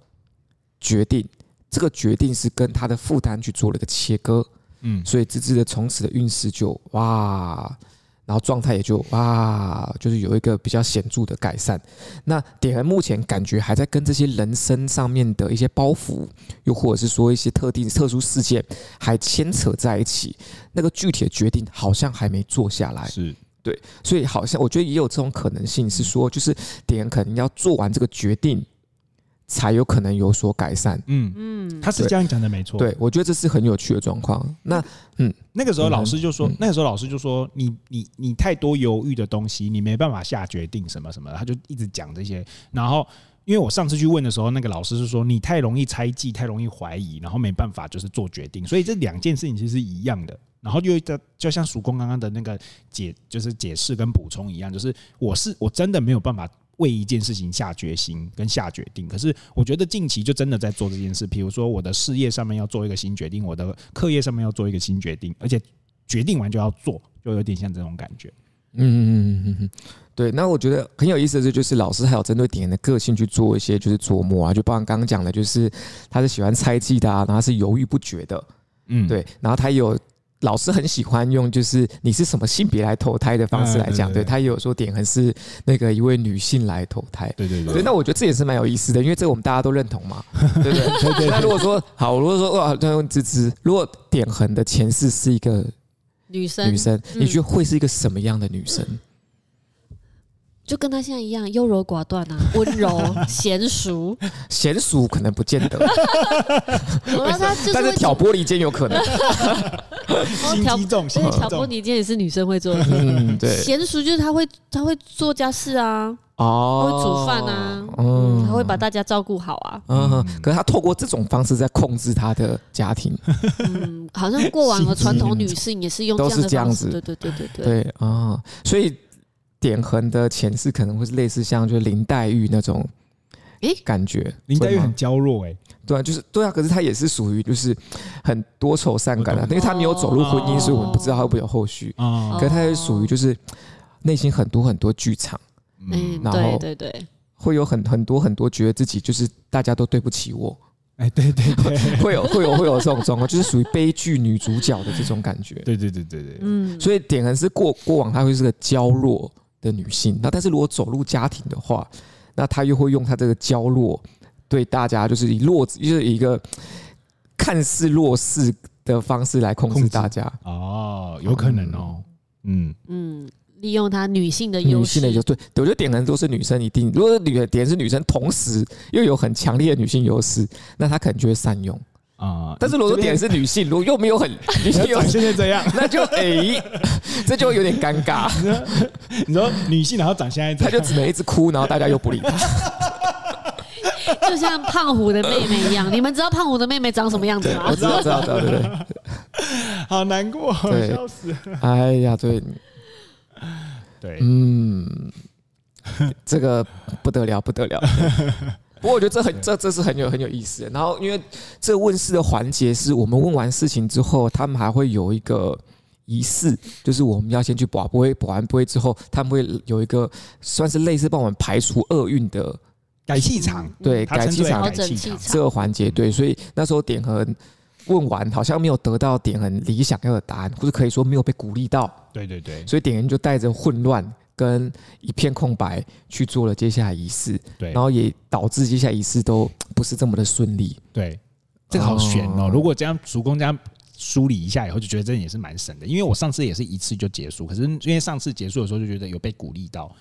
S3: 决定，这个决定是跟他的负担去做了一个切割，
S2: 嗯
S3: 所以芝芝的从此的运势就哇。然后状态也就哇，就是有一个比较显著的改善。那点恩目前感觉还在跟这些人生上面的一些包袱，又或者是说一些特定特殊事件还牵扯在一起，那个具体的决定好像还没做下来，
S2: 是
S3: 所以好像我觉得也有这种可能性是说，就是点可能要做完这个决定，才有可能有所改善。
S2: 嗯，
S4: 嗯，
S2: 他是这样讲的没错。
S3: 对，我觉得这是很有趣的状况。那
S2: 那个时候老师就说
S3: 嗯，
S2: 那个时候老师就说，你你你太多犹豫的东西，你没办法下决定什么什么的，他就一直讲这些。然后因为我上次去问的时候，那个老师是说你太容易猜忌，太容易怀疑，然后没办法就是做决定，所以这两件事情其实是一样的。然后就就就像曙光刚刚的那个解，就是解释跟补充一样，就是我是我真的没有办法为一件事情下决心跟下决定。可是我觉得近期就真的在做这件事，比如说我的事业上面要做一个新决定，我的课业上面要做一个新决定，而且决定完就要做，就有点像这种感觉。
S3: 嗯嗯嗯嗯嗯，对。那我觉得很有意思的是，就是老师还有针对点的个性去做一些就是琢磨啊，就包括刚刚讲的，就是他是喜欢猜忌的啊，然后他是犹豫不决的，
S2: 嗯，
S3: 对，然后他也有老师很喜欢用就是你是什么性别来投胎的方式来讲，
S2: 嗯对对对
S3: 对他也有说点恒是那个一位女性来投胎。
S2: 对对
S3: 对，
S2: 对，
S3: 那我觉得这也是蛮有意思的，因为这个我们大家都认同 嘛，对不对？那如果说好，如果说哇，那用芝芝，如果点恒的前世是一个
S4: 女生
S3: 女生，你
S4: 嗯
S3: 觉得会是一个什么样的女生？
S4: 就跟他现在一样优柔寡断啊，温 柔娴熟，
S3: 娴熟可能不见 得，
S4: 然后他就是
S3: 但是
S4: 会
S3: 挑拨离间有可能。
S4: 然后
S2: 心
S4: 挑
S2: 机重，心
S4: 对
S2: 机
S4: 挑哦拨
S2: 重，
S4: 离间也是女生会做的事。
S3: 嗯， 对，
S4: 娴熟就是他会他会做家事啊，他
S3: 哦，
S4: 会煮饭啊，
S3: 嗯
S4: 嗯，他会把大家照顾好啊。
S3: 嗯哼，可是他透过这种方式在控制他的家庭，
S4: 嗯，好像过往的传统女性也是用这样
S3: 都是
S4: 的
S3: 这样
S4: 方式，
S3: 子
S4: 对对对对对。
S3: 对啊、所以点恒的前世可能会是类似像就林黛玉那种，
S4: 诶
S3: 感觉
S2: 林黛玉
S3: 会吗
S2: 很娇弱哎，
S3: 对啊，就是对啊，可是她也是属于就是很多愁善感的、
S2: 我
S3: 啊，
S2: 懂
S3: 因为她没有走入婚姻，
S2: 哦
S3: 所以我们不知道她会不会有后续。
S4: 哦
S2: 啊
S3: 可，是她也属于就是内心很多很多剧场，
S4: 嗯，
S3: 然后
S4: 对对对，
S3: 会有很很多很多觉得自己就是大家都对不起我，
S2: 哎，对对 对，
S3: 会有会有会有这种状况，就是属于悲剧女主角的这种感觉。
S2: 对对对对对，
S4: 嗯，
S3: 所以点恒是过过往她会是个娇弱的女性，那但是如果走入家庭的话，那她又会用她这个娇弱对大家就是以弱就是以一个看似弱势的方式来控
S2: 控
S3: 制
S2: 制
S3: 大家。
S2: 哦，有可能哦，嗯，
S4: 嗯，利用她女性的优
S3: 女
S4: 势，
S3: 性的优对，我觉得点恒都是女生一定，如果是女点是女生，同时又有很强烈的女性优势，那她可能就会善用。
S2: 啊，
S3: 但是如果
S2: 这边
S3: 点是女性，如果又没有很女性
S2: 你要
S3: 优
S2: 展
S3: 势，
S2: 现成这 样，
S3: 那就哎、这就有点尴 尬。
S2: 你说女性然后展现在
S3: 她
S2: 这
S3: 就
S2: 样，
S3: 只能一直哭，然后大家又不理她。
S4: 就像胖虎的妹妹一样。你们知道胖虎的妹妹长什么样子
S3: 对，
S4: 吗
S3: 我？知道，知道，知道，对对。
S2: 好难过，
S3: 对
S2: 笑死，
S3: 哎呀，对，
S2: 对，
S3: 嗯，这个不得了，不得了。不过我觉得这很这这是很有很有意思的。然后因为这问世的环节是我们问完事情之后，他们还会有一个仪式，就是我们要先去保杯，保完杯之后，他们会有一个算是类似帮我们排除厄运的
S2: 改气场，
S3: 对
S2: 嗯他
S3: 改
S2: 称之
S3: 气
S2: 为
S3: 场
S4: 调
S2: 改
S4: 整
S2: 气
S4: 气
S2: 场，
S3: 这个环节。对，所以那时候点恒问完，好像没有得到点恒理想要的答案，或者可以说没有被鼓励到。
S2: 对对对
S3: 所以点人就带着混乱跟一片空白去做了接下来仪式，
S2: 对，
S3: 然后也导致接下来仪式都不是这么的顺利。
S2: 对，这个好悬哦
S3: 哦！
S2: 如果这样主公这样梳理一下以后，就觉得这也是蛮神的。因为我上次也是一次就结束，可是因为上次结束的时候就觉得有被鼓励到，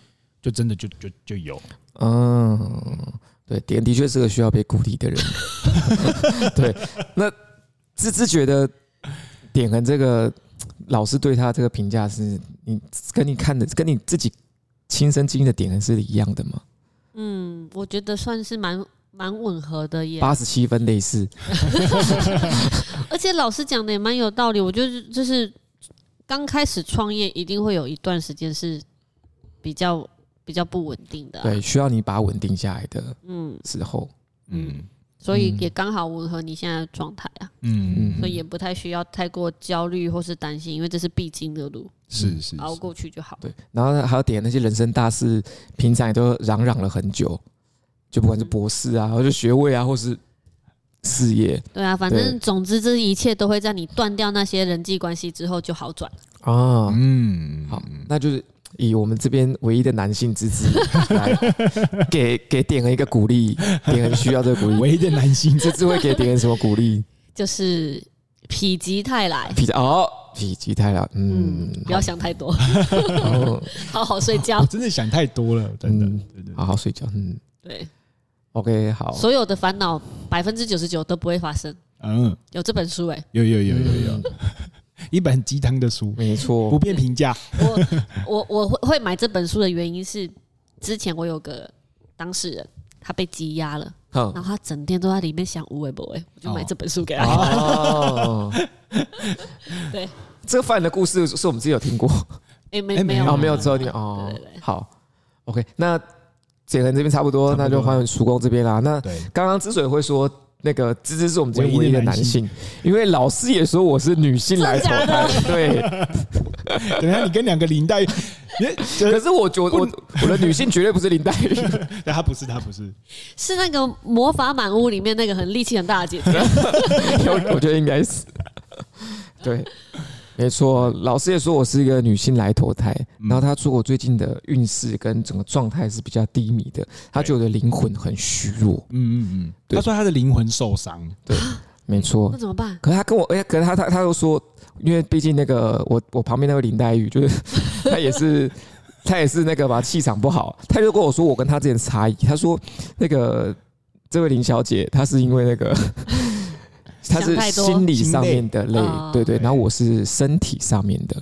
S2: 就真的就就就有。
S3: 嗯，对，点的确是个需要被鼓励的人。对，那芝芝觉得点恒这个老师对他这个评价是你跟你看的跟你自己亲身经历的点恒是一样的吗？
S4: 嗯，我觉得算是蛮蛮吻合的耶。
S3: 八十七分类似，
S4: 而且老师讲的也蛮有道理，我觉得就是刚开始创业一定会有一段时间是比较比较不稳定的啊、
S3: 对，需要你把它稳定下来的
S4: 嗯，
S3: 时候，
S2: 嗯
S4: 所以
S3: 嗯
S4: 也刚好吻合你现在的状态啊，
S2: 嗯，
S4: 所以也不太需要太过焦虑或是担心，因为这是必经的路，
S2: 是是是
S4: 熬过去就好。
S3: 对，然后还要点那些人生大事，平常也都嚷嚷了很久，就不管是博士啊，或者学位啊，或是事业
S4: 对啊，反
S3: 对
S4: 正总之这一切都会在你断掉那些人际关系之后就好转。
S3: 啊，
S2: 嗯，
S3: 好，那就是以我们这边唯一的男性之子 来给给点恩一个鼓励，点恩需要这个鼓励，
S2: 唯一的男性，
S3: 这次会给点恩什么鼓励？
S4: 就是否极泰来。
S3: 否极哦，否极泰来，嗯
S4: 嗯，，不要想太多， 嗯
S3: 哦
S4: 好好睡觉
S2: 我。真的想太多了，真的，
S3: 嗯
S2: 对对
S3: 好好睡觉，嗯
S4: 对，
S3: ，OK，好，
S4: 所有的烦恼百分之九十九都不会发生。
S2: 嗯，
S4: 有这本书哎、
S2: 有有有有有
S3: 嗯，
S2: 一本鸡汤的书，
S3: 没
S2: 不
S3: 错，
S2: 便评价，
S4: 我我会会买这本书的原因是，之前我有个当事人，他被羁押了，
S3: 哼
S4: 然后他整天都在里面想无为不为，我就买这本书给他。
S3: 哦，
S4: 对，
S3: 这个犯人的故事是我们自己有听过，
S4: 哎、
S2: 哎
S4: 没
S2: 没
S4: 没
S2: 有
S4: 有
S3: 哦，没有，只有你哦
S4: 对对，对
S3: 好，OK，那简恒这边差不多，
S2: 差不多
S3: 那就换叔公这边啦。那
S2: 对，
S3: 刚刚之所以会说那个芝芝是我们这边唯
S2: 唯
S3: 一
S2: 一的
S3: 的男
S2: 男性
S3: 性，因为老师也说我是女性来投
S4: 真的假
S3: 胎，对，
S2: 等一下你跟两个林 黛玉，你
S3: 可是我觉得我我的女性绝对不是林黛玉，
S2: 对他不是他不是，
S4: 是那个魔法满屋里面那个很力气很大的姐姐。
S3: 我我觉得应该是，对，没错，老师也说我是一个女性来投胎，
S2: 嗯
S3: 然后他说我最近的运势跟整个状态是比较低迷的，他觉得我的灵魂很虚弱，
S2: 嗯嗯嗯，
S3: 对
S2: 他说他的灵魂受伤，
S3: 没错
S4: 那，怎么办？
S3: 可是他跟我，哎、可是他他他又说，因为毕竟那个我我旁边那位林黛玉，就是 他也是他也是那个吧，气场不好，他就跟我说我跟他之间的差异，他说那个这位林小姐，她是因为那 个。她是
S4: 想太多
S3: 心理上面的累
S4: 心累哦，
S3: 对对，
S2: 对
S3: 然后我是身体上面的。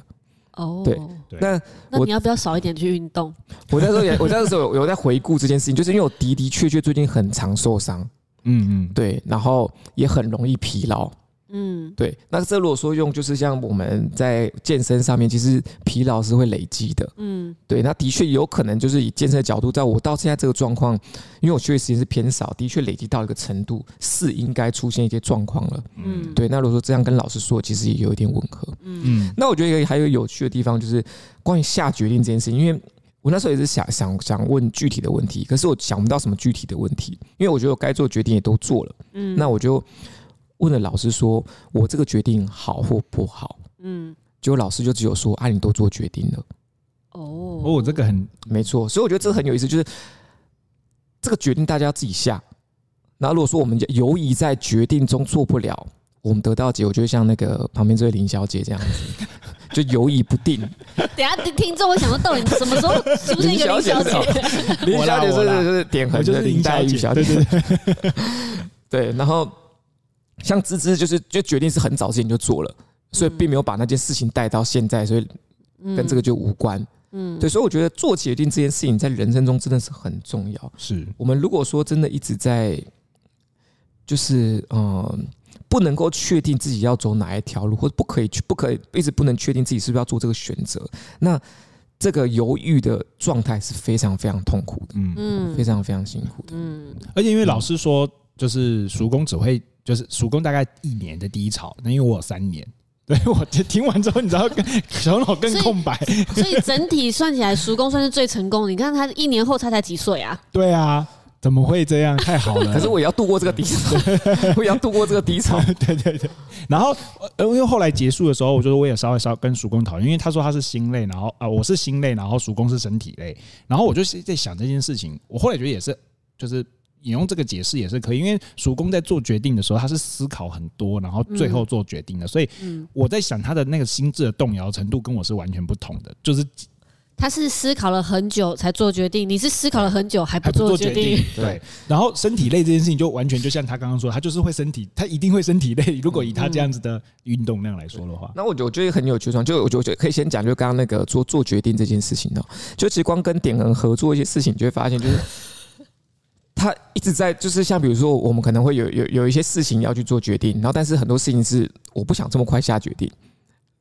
S4: 哦，
S3: 对
S2: 对
S3: 那
S4: 那
S3: 我
S4: 你要不要少一点去运动？
S3: 我那时候 也，我那时候有有在回顾这件事情，就是因为我的的确确最近很常受伤，
S2: 嗯嗯，
S3: 对，然后也很容易疲劳，
S4: 嗯，
S3: 对，那这如果说用，就是像我们在健身上面，其实疲劳是会累积的。
S4: 嗯，
S3: 对，那的确有可能就是以健身的角度，在我到现在这个状况，因为我休息时间是偏少，的确累积到一个程度，是应该出现一些状况了。
S4: 嗯，
S3: 对，那如果说这样跟老师说，其实也有一点吻合。
S4: 嗯，
S2: 嗯
S3: 那我觉得一个还有有趣的地方，就是关于下决定这件事情，因为我那时候也是想想想问具体的问题，可是我想不到什么具体的问题，因为我觉得我该做的决定也都做了。
S4: 嗯，
S3: 那我就问了老师说，我这个决定好或不好？
S4: 嗯，
S3: 结果老师就只有说，啊，你都做决定了，
S4: 哦，
S2: 哦，这个很
S3: 没错。所以我觉得这个很有意思，就是这个决定大家要自己下。那如果说我们犹疑在决定中做不了，我们得到的结果就会像那个旁边这位林小姐这样子，就犹疑不定。
S4: 等一下听众会想说，到底什 么时候出现一个林小姐？
S3: 林
S2: 我啦
S3: 小姐
S2: 我啦
S3: 是就是点
S2: 我
S3: 很
S2: 就
S3: 的
S2: 是
S3: 林黛玉
S2: 姐
S3: 小，姐
S2: 对，对 对，
S3: 对，然后像芝芝就是就决定是很早之前就做了，所
S4: 嗯
S3: 以并没有把那件事情带到现在，所以跟这个就无关。
S4: 嗯，
S3: 对，所以我觉得做决定这件事情在人生中真的是很重要。
S2: 是，
S3: 我们如果说真的一直在，就是嗯、呃不能够确定自己要走哪一条路，或者不可以去，不可以一直不能确定自己是不是要做这个选择，那这个犹豫的状态是非常非常痛苦的，
S2: 嗯
S4: 嗯
S3: 非常非常辛苦的。
S4: 嗯
S2: 而且因为老师说，就是叔公只会，就是叔公大概一年的低潮，那因为我有三年， 对我就听完之后，你知道，更小脑更空白，
S4: 所以整体算起来，叔公算是最成功的。你看他一年后他才几岁啊？
S2: 对啊，怎么会这样？太好了，
S3: 可是我也要度过这个低潮， 我也要度过这个低潮。
S2: 对对对，然后呃，因为后来结束的时候，我就我也稍微稍微跟叔公讨论，因为他说他是心累，然后啊、呃我是心累，然后叔公是身体累，然后我就是在想这件事情，我后来觉得也是，就是你用这个解释也是可以，因为叔公在做决定的时候，他是思考很多，然后最后做决定的，所以
S4: 嗯，
S2: 我在想他的那个心智的动摇程度跟我是完全不同的，就是
S4: 他是思考了很久才做决定，你是思考了很久还
S2: 还
S4: 不
S2: 不
S4: 做
S2: 做
S4: 决
S2: 决
S4: 定
S2: 定。，对。然后身体累这件事情就完全就像他刚刚说，他就是会身体，他一定会身体累。如果以他这样子的运动量来说的话，
S3: 那我觉得我觉得很有趣的地方，就我觉得我觉得可以先讲，就刚刚那个做做决定这件事情哦，就其实光跟点人合作一些事情，你就会发现，就是 他一直在，就是像比如说，我们可能会有有有一些事情要去做决定，然后但是很多事情是我不想这么快下决定，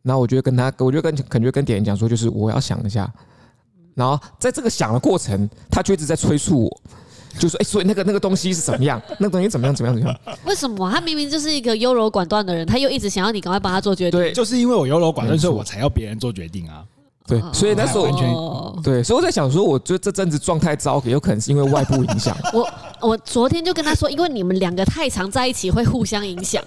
S3: 然后我就会跟他，我就跟可能就跟点人讲说，就是我要想一下，然后在这个想的过程，他就一直在催促我，就说，哎、所以那个那个东西是怎么样，那个东西怎么样怎么样怎么样，
S4: 为什么啊他明明就是一个优柔寡断的人，他又一直想要你赶快帮他做决定？
S3: 对
S2: 就是因为我优柔寡断，
S3: 没错
S2: 所以我才要别人做决定啊。
S3: 对，所以那时候
S2: 完全
S4: 哦
S3: 对，所以我在想说，我就这阵子状态糟，有可能是因为外部影响，
S4: 我我昨天就跟他说，因为你们两个太常在一起，会互相影响，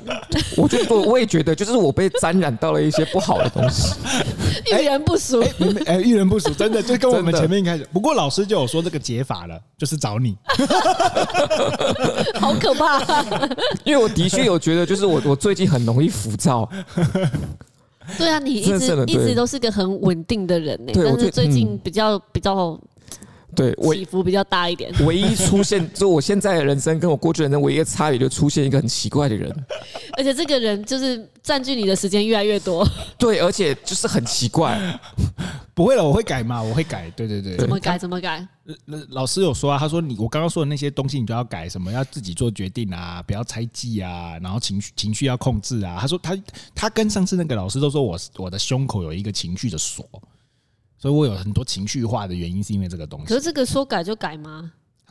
S3: 我就我我也觉得，就是我被沾染到了一些不好的东西。
S4: 遇
S3: 哎
S4: 人不淑。
S2: 你们哎，遇人不淑，真的就跟我们
S3: 真的
S2: 前面一开始。不过老师就有说这个解法了，就是找 你。
S3: 哎
S4: 好可怕、
S3: 因为我的确有觉得，就是我我最近很容易浮躁，
S4: 对啊，你一
S3: 真的是
S4: 直
S3: 的
S4: 一直
S3: 对
S4: 都是个很稳定的人呢、
S3: 对我
S4: 但
S3: 觉
S4: 是
S3: 得
S4: 最近
S3: 嗯
S4: 比较、比较
S3: 对我
S4: 起伏比较大 一点。
S3: 唯一出现，就我现在的人生跟我过去的人生唯一的差别，就出现一个很奇怪的人。
S4: 而且这个人就是占据你的时间越来越多，
S3: 对，而且就是很奇怪，
S2: 不会了，我会改嘛，我会改。对对对，
S4: 怎么改怎么改？
S2: 呃老师有说啊，他说你我刚刚说的那些东西，你都要改，什么要自己做决定啊，不要猜忌啊，然后情绪情绪要控制啊。他说他他跟上次那个老师都说我我的胸口有一个情绪的锁，所以我有很多情绪化的原因是因为这个东
S4: 可
S2: 西
S4: 是，这个说改就改吗？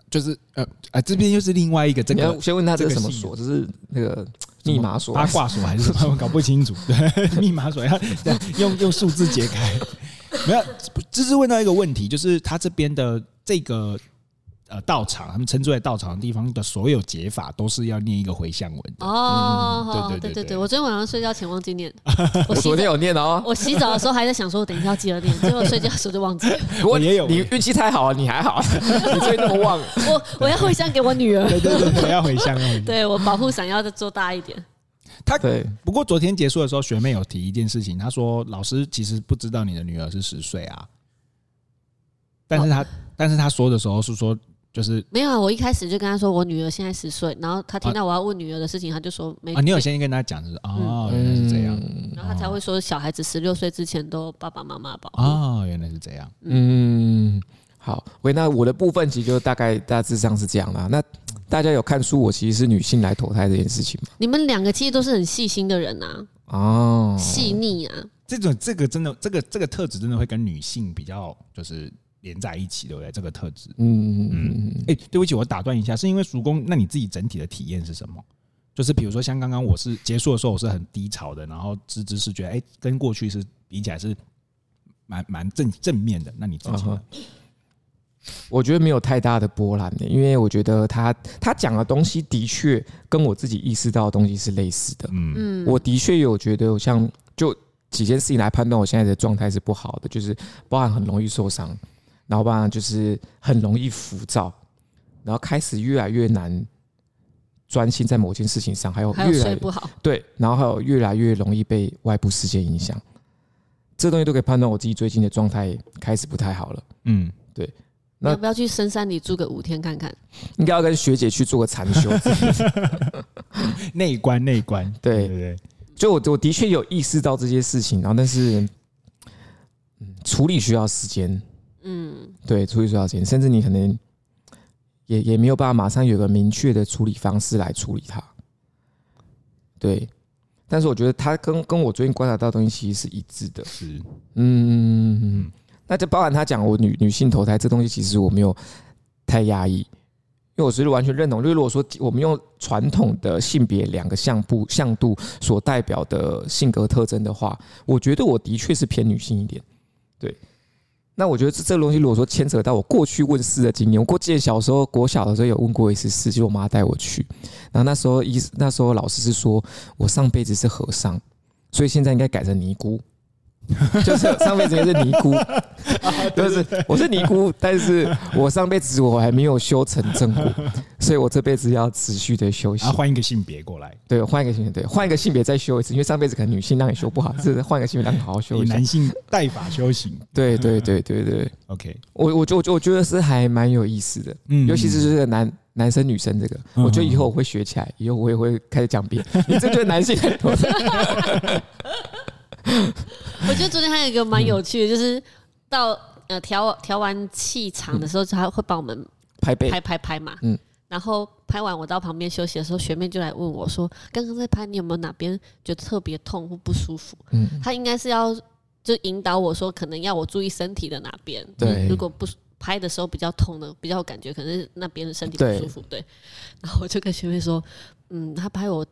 S2: 就是呃啊这边又是另外一个这
S3: 你
S2: 个
S3: 要先问他这是什么
S2: 这个
S3: 锁，这是那个密码锁
S2: 八。卦锁还是 什么，我搞不清楚。对，密码锁要 用用数字解开。 没有，这是问到一个问题，就是他这边的这个呃道场，他们称之为道场的地方的所有解法都是要念一个回向文
S3: 嗯
S2: 的。
S4: 哦，
S2: 对对对
S4: 对
S2: 对
S4: 对，我昨天晚上睡觉前忘 记念，我
S3: 我
S4: 洗
S3: 昨天
S4: 澡
S3: 有念哦，
S4: 我洗澡的时候还在想说，我等一下要记 得念，结果睡觉的时候就忘记了。
S3: 不过
S2: 我也有欸
S3: 你运气太好了，你还好， 你最近那么 旺，
S4: 我我要回向给我 女儿，
S2: 对对对对，要回向。要回向
S4: 对我保护伞要再做大一点。
S2: 他
S3: 对，
S2: 不过昨天结束的时候，学妹有提一件事情，她说老师其实不知道你的女儿是十岁啊，但
S4: 哦
S2: 是她但是她说的时候是说就是
S4: 没有啊，我一开始就跟他说我女儿现在十岁，然后他
S3: 啊
S4: 听到我要问女儿的事情，他就说没
S2: 啊，你有先跟她讲就是哦，原来是这样。
S4: 然后他才
S3: 哦
S4: 会说小孩子十六岁之前都爸爸妈妈保护。
S3: 啊
S2: 哦，原来是这样。
S3: 嗯，好，OK，那我的部分其实就大概大致上是这样啦。那大家有看出我其实是女性来投胎这件事情吗？
S4: 你们两个其实都是很细心的人啊，
S3: 哦，
S4: 细腻啊，
S2: 这种这个真的，这个这个特质真的会跟女性比较就是连在一起，对不对？这个特质，
S3: 嗯嗯
S2: 嗯
S3: 嗯，嗯，
S2: 哎、对不起，我打断一下，是因为叔公，那你自己整体的体验是什么？就是比如说，像刚刚我是结束的时候，我是很低潮的，然后芝芝是觉得，哎、跟过去是比起来是蛮蛮正正面的。那你自己呢？
S3: 我觉得没有太大的波澜的，因为我觉得他他讲的东西的确跟我自己意识到的东西是类似的。
S2: 嗯
S4: 嗯，
S3: 我的确有觉得，像就几件事情来判断我现在的状态是不好的，就是包含很容易受伤，然后包含就是很容易浮躁，然后开始越来越难专心在某件事情上，还有
S4: 还有
S3: 哦越来
S4: 睡
S3: 越
S4: 不好，
S3: 对，然后还有越来越容易被外部世界影响，这东西都可以判断我自己最近的状态开始不太好了。
S2: 嗯，
S3: 那
S4: 要不要去深山里住个五天看看？
S3: 应该要跟学姐去做个禅 修。
S2: 内观内观，对
S3: 对，
S2: 对对，
S3: 就我我的确有意识到这些事情，然后但是，嗯，处理需要时间，
S4: 嗯，
S3: 对，处理需要时间，甚至你可能也也没有办法马上有个明确的处理方式来处理它。对，但是我觉得它跟跟我最近观察到的东西其实是一致的。
S2: 是
S3: 嗯，嗯那就包含他讲我女女性投胎这东西，其实我没有太压抑，因为我是完全认同。就是如果说我们用传统的性别两个相部向度所代表的性格特征的话，我觉得我的确是偏女性一点。对，那我觉得这这个东西，如果说牵扯到我过去问世的经验，我过记得小时候国小的时候有问过一次事，就是我妈带我去，然后那时候医那时候老师是说我上辈子是和尚，所以现在应该改成尼姑。 就是上辈子应该是尼姑，就是我是尼姑，但是我上辈子我还没有修成正果，所以我这辈子要持续的修
S2: 然
S3: 行
S2: 后。啊换一个性别过来，
S3: 对，换一个性别，对，换一个性别再修一次，因为上辈子可能女性让你修不好，这是换一个性别嗯让你好好修
S2: 以
S3: 一下
S2: 男。性带法修行。
S3: 对对对对对，
S2: OK，
S3: 我我就我就我觉得是还蛮有意思的，
S2: 嗯
S3: 尤其是这个男男生女生这个，
S2: 嗯
S3: 我觉得以后我会学起来，以后我也会开始讲别人，你这就是男性很多。
S4: 我觉得昨天还有一个
S3: 嗯
S4: 蛮有趣的，就是到呃调调完气场的时候，他会帮我们
S3: 拍背
S4: 拍拍拍嘛，
S3: 哎嗯
S4: 然后拍完我到旁边休息的时候，学妹就来问我说：“刚刚在拍，你有没有哪边觉得特别痛或不舒服？”
S3: 嗯，
S4: 她应该是要就引导我说，可能要我注意身体的哪边。
S3: 对
S4: 如果不舒拍的时候比较痛的，比较有感觉，可能是那边的身体不
S3: 对
S4: 舒服。对，然后我就跟学妹说：“嗯，她拍我。”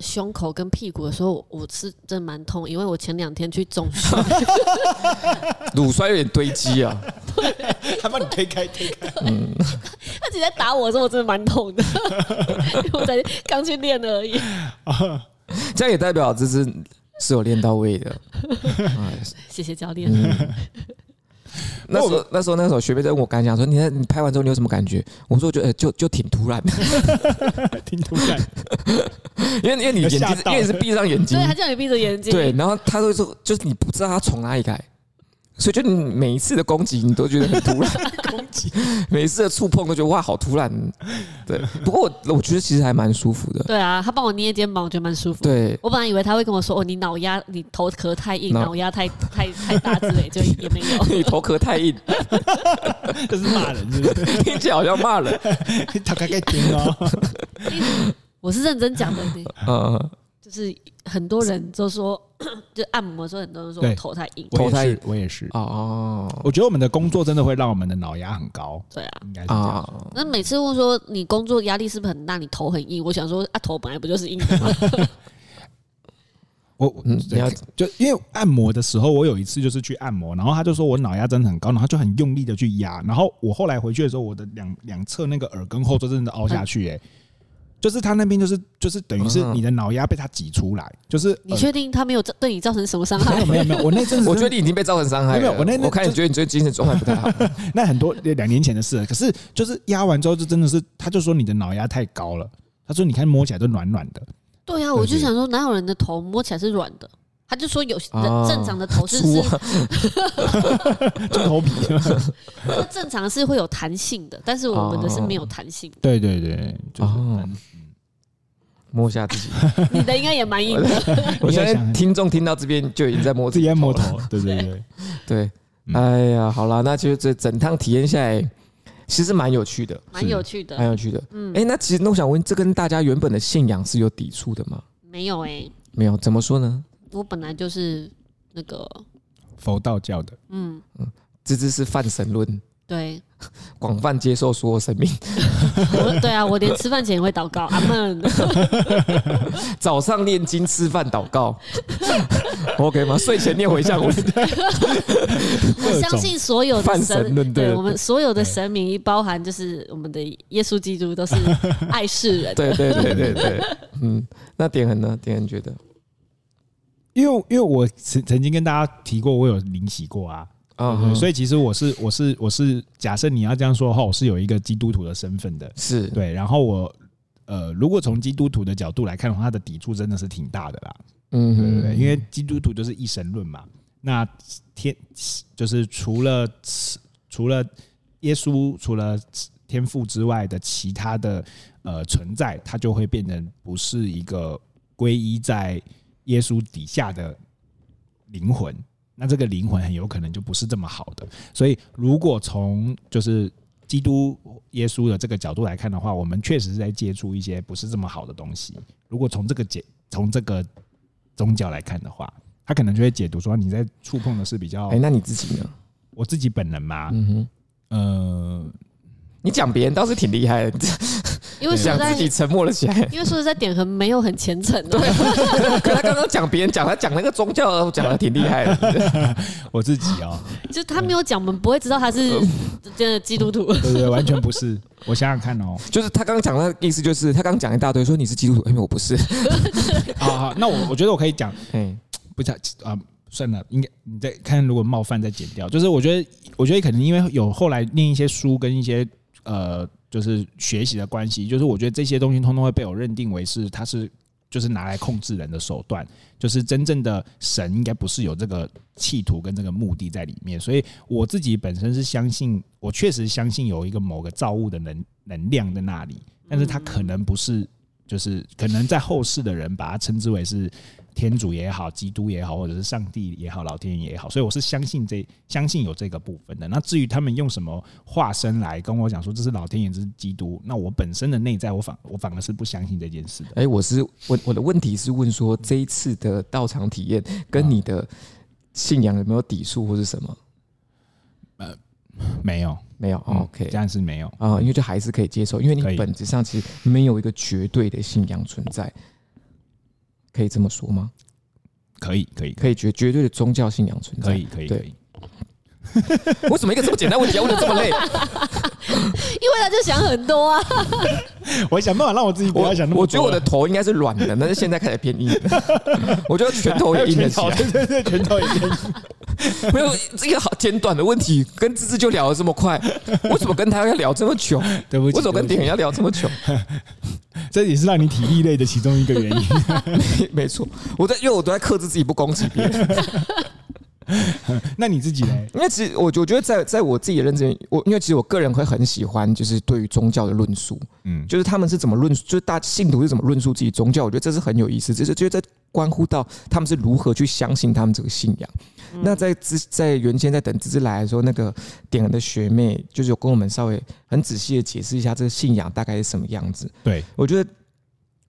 S4: 胸口跟屁股的时候，我是真的蛮痛，因为我前两天去中 暑，
S3: 乳酸有点堆积啊，
S2: 他帮你推开推开，
S3: 嗯
S4: 他直接打我的时候，我真的蛮痛的， 因为我才刚去练而已。
S3: 这样也代表这是是有练到位的。 哎
S4: 谢谢教练。
S3: 嗯那时候那时候那时候学妹在问我感想，说你在你拍完之后你有什么感觉？我说我觉得呃就就挺突然的，
S2: 挺突然，
S3: 因为因为你眼睛
S2: 吓
S3: 是
S2: 到
S3: 因为你是闭上眼睛
S4: 对，他叫你闭着眼睛。
S3: 对，，然后他都说就是你不知道他从哪里来。所以，就你每一次的攻击，你都觉得很突然，
S2: 攻击
S3: 每一次的触碰都觉得哇，好突然。对，不过我我觉得其实还蛮舒服的。
S4: 对啊，他帮我捏肩膀，我觉得蛮舒服。，
S3: 对，
S4: 我本来以为他会跟我说：“哦，你脑压，你头壳太硬，
S3: 脑
S4: 脑压太太太大之类。”就也没 有。
S3: 你头壳太硬，
S2: 这是骂人，是不是？
S3: 听起来好像骂 人。
S2: 他该该听 哦，
S4: 我是认真讲的，
S3: 嗯，
S4: 就是很多人都说， 就按摩的时候，很多人说
S2: 对
S4: 我头太硬。
S2: 我
S3: 投
S2: 也
S3: 胎
S2: 是，我也是。
S3: 哦
S2: 我觉得我们的工作真的会让我们的脑压很高，
S4: 对啊，
S2: 应该是这样。
S3: 啊，
S4: 那每次问说你工作压力是不是很大，你头很硬？我想说啊，头本来不就是硬 的吗？
S2: 我我
S3: 嗯
S2: 对
S3: 你要
S2: 就因为按摩的时候，我有一次就是去按摩，然后他就说我脑压真的很高，然后就很用力的去压，然后我后来回去的时候，我的两两侧那个耳根后座真的凹下去、欸，就是他那边就是就是等于是你的脑压被他挤出来，就是
S4: 你
S2: 耳
S4: 确定他没有造对你造成什么伤害
S2: 没有？没有没有，我 那阵子
S3: 我觉得你已经被造成伤害
S2: 没
S3: 了。
S2: 有我那那
S3: 我看你觉得你最近精神状态不太好。
S2: 那很多两年前的事了，可是就是压完之后，就真的是他就说你的脑压太高了，他说你看摸起来都软软的，
S4: 对啊，我就想说，哪有人的头摸起来是软的？他就说有人
S2: 啊
S3: 哦
S4: 正常的 头是
S3: 猪
S4: 是
S3: 啊
S2: 就头皮，
S4: 说正常是会有弹性的，但是我们的是
S2: 啊
S4: 没有弹性的。
S2: 对对对，就是嗯
S3: 哦摸一 下自己。
S4: 你的应该也蛮硬的，
S3: 我
S2: 你
S3: 相
S2: 也想
S3: 信听众听到这边就已经在摸
S2: 自己在摸
S3: 了。
S2: 头，对对对，
S3: 对，
S2: 嗯
S3: 哎呀，好啦，那其实这整趟体验下来，其实蛮有趣的，
S4: 蛮有趣 的。嗯
S3: 蛮有趣的。哎、那其实那我想问，这跟大家原本的信仰是有抵触的吗？
S4: 没有哎、
S3: 没有，怎么说呢？
S4: 我本来就是那个，
S2: 佛道教的。
S4: 嗯，
S3: 这只是泛神论，
S4: 对
S3: 广泛接受所有生命。
S4: 我对啊，我连吃饭前也会祷告，阿 门。
S3: 早上念经、吃饭、祷告 ，OK 吗？睡前念回向 文，
S4: 我相信所有的
S3: 泛神论对
S4: 对
S3: 对
S4: 我们所有的
S2: 对
S4: 神明，包含就是我们的耶稣基督，都是爱世人。
S3: 对对对对对，嗯，那点恒呢？点恒觉得
S2: 因为因为我曾曾经跟大家提过，我有灵洗过啊，
S3: 啊
S2: 对所
S3: 以
S2: 以其实我是我是我是假设你要这样说的话，我是有一个基督徒的身份的，
S3: 是
S2: 对。然后我呃，如果从基督徒的角度来看的话，他的抵触真的是挺大的啦，
S3: 嗯
S2: 对对对，因为基督徒就是一神论嘛，那天就是除了除了耶稣除了天赋之外的其他的呃存在，它就会变成不是一个皈依在耶稣底下的灵魂。那这个灵魂很有可能就不是这么好的。所以，如果从就是基督耶稣的这个角度来看的话，我们确实是在接触一些不是这么好的东西。如果从这个解从这个宗教来看的话，他可能就会解读说你在触碰的是比较
S3: 哎、那你自己呢？
S2: 我自己本人嘛，
S3: 嗯哼，
S2: 呃，
S3: 你讲别人倒是挺厉害的，
S4: 因为说
S3: 讲
S4: 实在
S3: 自，己沉默了起 来。
S4: 因为说实在，点恒没有很虔诚啊的、
S3: 可他刚刚讲别人讲，他讲那个宗教讲的挺厉害的，
S2: 我自己哦，
S4: 就他没有讲，我们不会知道他是
S3: 嗯
S4: 真的基督徒。
S2: 对 对对，完全不是。我想想看哦，
S3: 就是他刚刚讲的意思，就是他刚讲一大堆，说你是基督徒，哎因为我不是。
S2: 好好，那我我觉得我可以讲，
S3: 哎，
S2: 不讲啊、算了，应该你再看，如果冒犯再剪掉。就是我觉得，我觉得可能因为有后来念一些书跟一些呃，就是学习的关系，就是我觉得这些东西通通会被我认定为是它是就是拿来控制人的手段，就是真正的神应该不是有这个企图跟这个目的在里面。所以我自己本身是相信，我确实相信有一个某个造物的能能量在那里，但是它可能不是。就是可能在后世的人把它称之为是天主也好，基督也好，或者是上帝也好，老天爷也好，所以我是相信这相信有这个部分的。那至于他们用什么化身来跟我讲说这是老天爷，这是基督，那我本身的内在，我反我反而是不相信这件事的。
S3: 哎、我是我我的问题是问说这一次的到场体验跟你的信仰有没有抵触或是什么？
S2: 没有、
S3: 没有、
S2: 嗯
S3: 哦 OK
S2: 这样是没有。
S3: 啊、因为就还是可以接受，因为你
S2: 可以
S3: 本质上其实没有一个绝对的信仰存在，可以这么说吗？
S2: 可以，可以，
S3: 可以绝绝对的宗教信仰存在。
S2: 可以，可以，可
S3: 对
S2: 以。
S3: 为什么一个这么简单问题要问的这么累？
S4: 因为他就想很多啊，
S2: 我想办法 让我自己不要
S3: 我
S2: 想那么多啊
S3: 我觉得我的头应该是软的，但是现在开始变硬了。 我觉得拳头也硬
S2: 拳
S3: 了起
S2: 头，
S3: 来。
S2: 对对对， 拳头已经
S3: 没有这个好简短的问题，跟芝芝就聊得这么快，为什么跟他要聊这么久？
S2: 对不起，
S3: 为什么跟
S2: 对
S3: 店
S2: 不
S3: 员要聊这么久？
S2: 起这也是让你体力累的其中一个原 因。
S3: 没错，我在因为我都在克制自己不攻击别人，
S2: 那你自己呢？
S3: 因为其实我我觉得在在我自己的认知里，我因为其实我个人会很喜欢就是对于宗教的论述，
S2: 嗯，
S3: 就是他们是怎么论述，就是大信徒是怎么论述自己宗教，我觉得这是很有意思，这是就是这关乎到他们是如何去相信他们这个信仰。那在之在原先在等芝芝来的时候，那个点人的学妹就是有跟我们稍微很仔细的解释一下这个信仰大概是什么样子。
S2: 对，
S3: 我觉得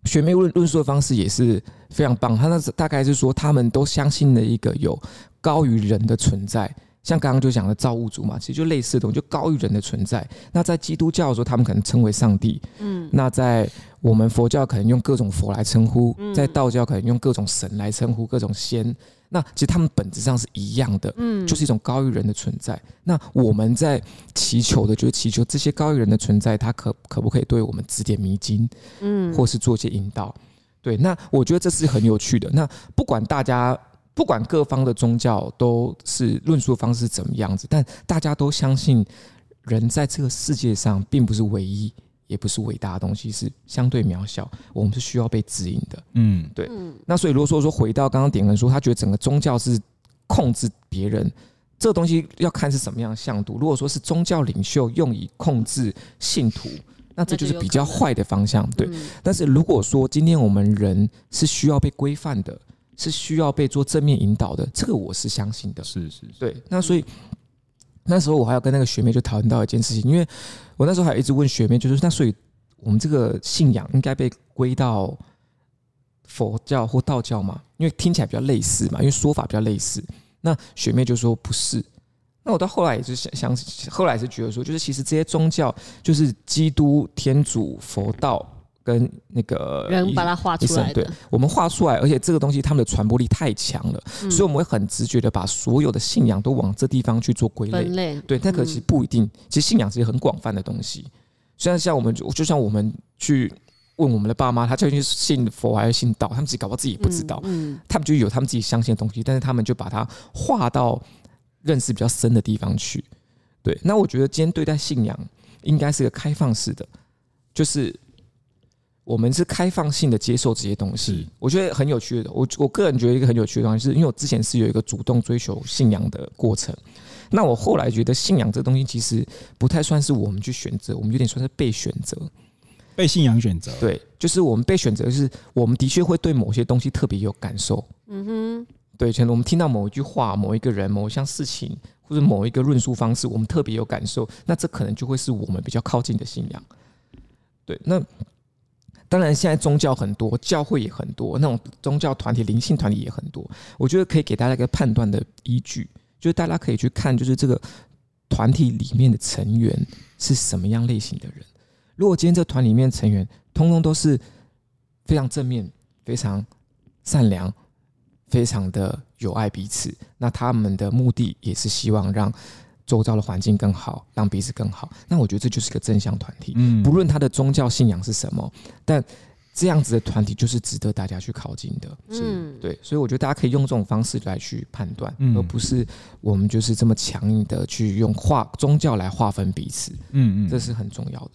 S3: 学妹论论述的方式也是非常棒。她那是大概是说，他们都相信了一个有高于人的存在，像刚刚就讲的造物主嘛，其实就类似的东西，就高于人的存在。那在基督教的时候，他们可能称为上帝；
S4: 嗯
S3: 那在我们佛教可能用各种佛来称呼，
S4: 嗯
S3: 在道教可能用各种神来称呼，各种仙。那其实他们本质上是一样的，
S4: 嗯
S3: 就是一种高于人的存在。那我们在祈求的，就是祈求这些高于人的存在，它可可不可以对我们指点迷津？
S4: 嗯
S3: 或是做一些引导。对，那我觉得这是很有趣的。那不管大家，不管各方的宗教都是论述方式怎么样子，但大家都相信人在这个世界上并不是唯一，也不是伟大的东西，是相对渺小，我们是需要被指引的。
S2: 嗯，
S4: 嗯
S3: 那所以如果说说回到刚刚点人说，他觉得整个宗教是控制别人，这个东西要看是什么样的向度。如果说是宗教领袖用以控制信徒，那这就是比较坏的方向。对，呃
S4: 嗯
S3: 但是如果说今天我们人是需要被规范的，是需要被做正面引导的，这个我是相信的。
S2: 是是是，
S3: 对，那所以那时候我还要跟那个学妹就讨论到一件事情，因为我那时候还一直问学妹，就是那所以我们这个信仰应该被归到佛教或道教嘛，因为听起来比较类似嘛，因为说法比较类似。那学妹就说不是。那我到后来也是想想起，后来是觉得说，就是其实这些宗教，就是基督、天主、佛道跟那个
S4: 人把它画
S3: 医
S4: 出
S3: 生
S4: 来，
S3: 对
S4: 的，
S3: 我们画出来，而且这个东西他们的传播力太强了，
S4: 嗯
S3: 所以我们会很直觉的把所有的信仰都往这地方去做归类
S4: 分。类，
S3: 对，但可
S4: 嗯
S3: 其实不一定，其实信仰是一个很广泛的东西。虽然像我们就就像我们去问我们的爸妈，他究竟是信佛还是信道，他们自己搞不好自己也不知道，
S4: 嗯，
S3: 他们就有他们自己相信的东西，但是他们就把它划到认识比较深的地方去。对，那我觉得今天对待信仰应该是个开放式的，就是我们是开放性的接受这些东
S2: 是
S3: 西。我觉得很有趣的，我我个人觉得一个很有趣的东西，是因为我之前是有一个主动追求信仰的过程。那我后来觉得信仰这东西其实不太算是我们去选择，我们有点算是被选择。
S2: 被信仰选择，
S3: 对，就是我们被选择，就是我们的确会对某些东西特别有感受。
S4: 嗯
S3: 对，可能我们听到某一句话、某一个人、某一项事情，或者某一个论述方式，我们特别有感受，那这可能就会是我们比较靠近的信仰。对，那当然现在宗教很多，教会也很多，那种宗教团体、灵性团体也很多，我觉得可以给大家一个判断的依据，就是大家可以去看，就是这个团体里面的成员是什么样类型的人。如果今天这团里面成员通通都是非常正面、非常善良、非常的友爱彼此，那他们的目的也是希望让周遭的环境更好，让彼此更好。那我觉得这就是一个正向团体，
S2: 嗯
S3: 不论他的宗教信仰是什么，但这样子的团体就是值得大家去靠近的。
S4: 哼，嗯，
S3: 对，所以我觉得大家可以用这种方式来去判断，
S2: 嗯
S3: 而不是我们就是这么强硬的去用划宗教来划分彼此。
S2: 嗯嗯，
S3: 这是很重要的。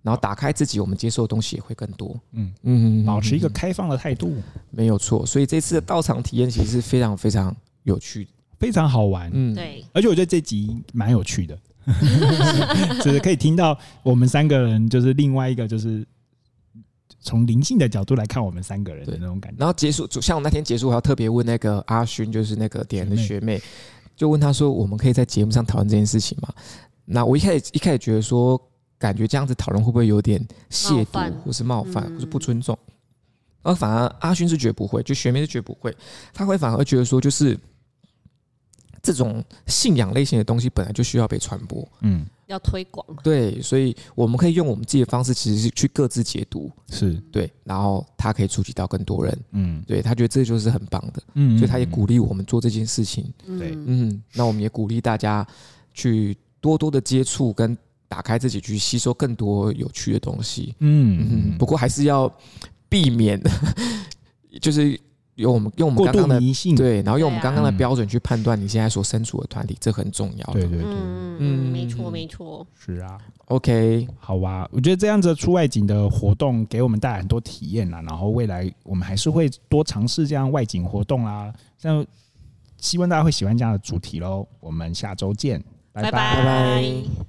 S3: 然后打开自己，我们接受的东西也会更多。
S2: 嗯
S3: 嗯
S2: 保持一个开放的态度，
S3: 没有错。所以这次的到场体验其实是非常非常有趣的。
S2: 非常好玩。
S3: 嗯，，
S4: 对，
S2: 而且我觉得这集蛮有趣的， 就是可以听到我们三个人，就是另外一个就是从灵性的角度来看我们三个人的
S3: 对
S2: 那种感觉。
S3: 然后结束，像我那天结束，还要特别问那个阿勋，就是那个点的
S2: 学
S3: 学妹，就问她说：“我们可以在节目上讨论这件事情吗？”那我一开始一开始觉得说，感觉这样子讨论会不会有点亵
S4: 冒
S3: 渎
S4: 犯，
S3: 或是冒犯，
S4: 嗯
S3: 或是不尊重？然后反而阿勋是绝不会，就学妹是绝不会，他会反而觉得说，就是这种信仰类型的东西本来就需要被传播，
S2: 嗯，
S4: 要推广，
S3: 对，所以我们可以用我们自己的方式，其实是去各自解读，
S2: 是，
S3: 对，然后他可以触及到更多人，
S2: 嗯
S3: 对他觉得这就是很棒的。
S2: 嗯，
S3: 所以他也鼓励我们做这件事情。
S2: 对
S4: 嗯，
S3: 嗯，那我们也鼓励大家去多多的接触跟打开自己，去吸收更多有趣的东西。
S2: 嗯
S3: 嗯，不过还是要避免， 就是用我们用我们
S2: 过
S3: 刚刚
S2: 度
S3: 的
S2: 迷信，对
S3: 对，然后用我们
S4: 对啊
S3: 刚刚的
S2: 嗯
S3: 标准去判断你现在所身处的团体，这很重要。
S2: 对对，
S4: 嗯
S3: 嗯
S4: 嗯，没错没错，
S2: 是啊，
S3: ，OK，
S2: 好哇、我觉得这样子出外景的活动给我们带来很多体验啦，然后未来我们还是会多尝试这样外景活动啦，像希望大家会喜欢这样的主题喽，我们下周见，拜
S4: 拜
S3: 拜
S4: 拜
S3: 拜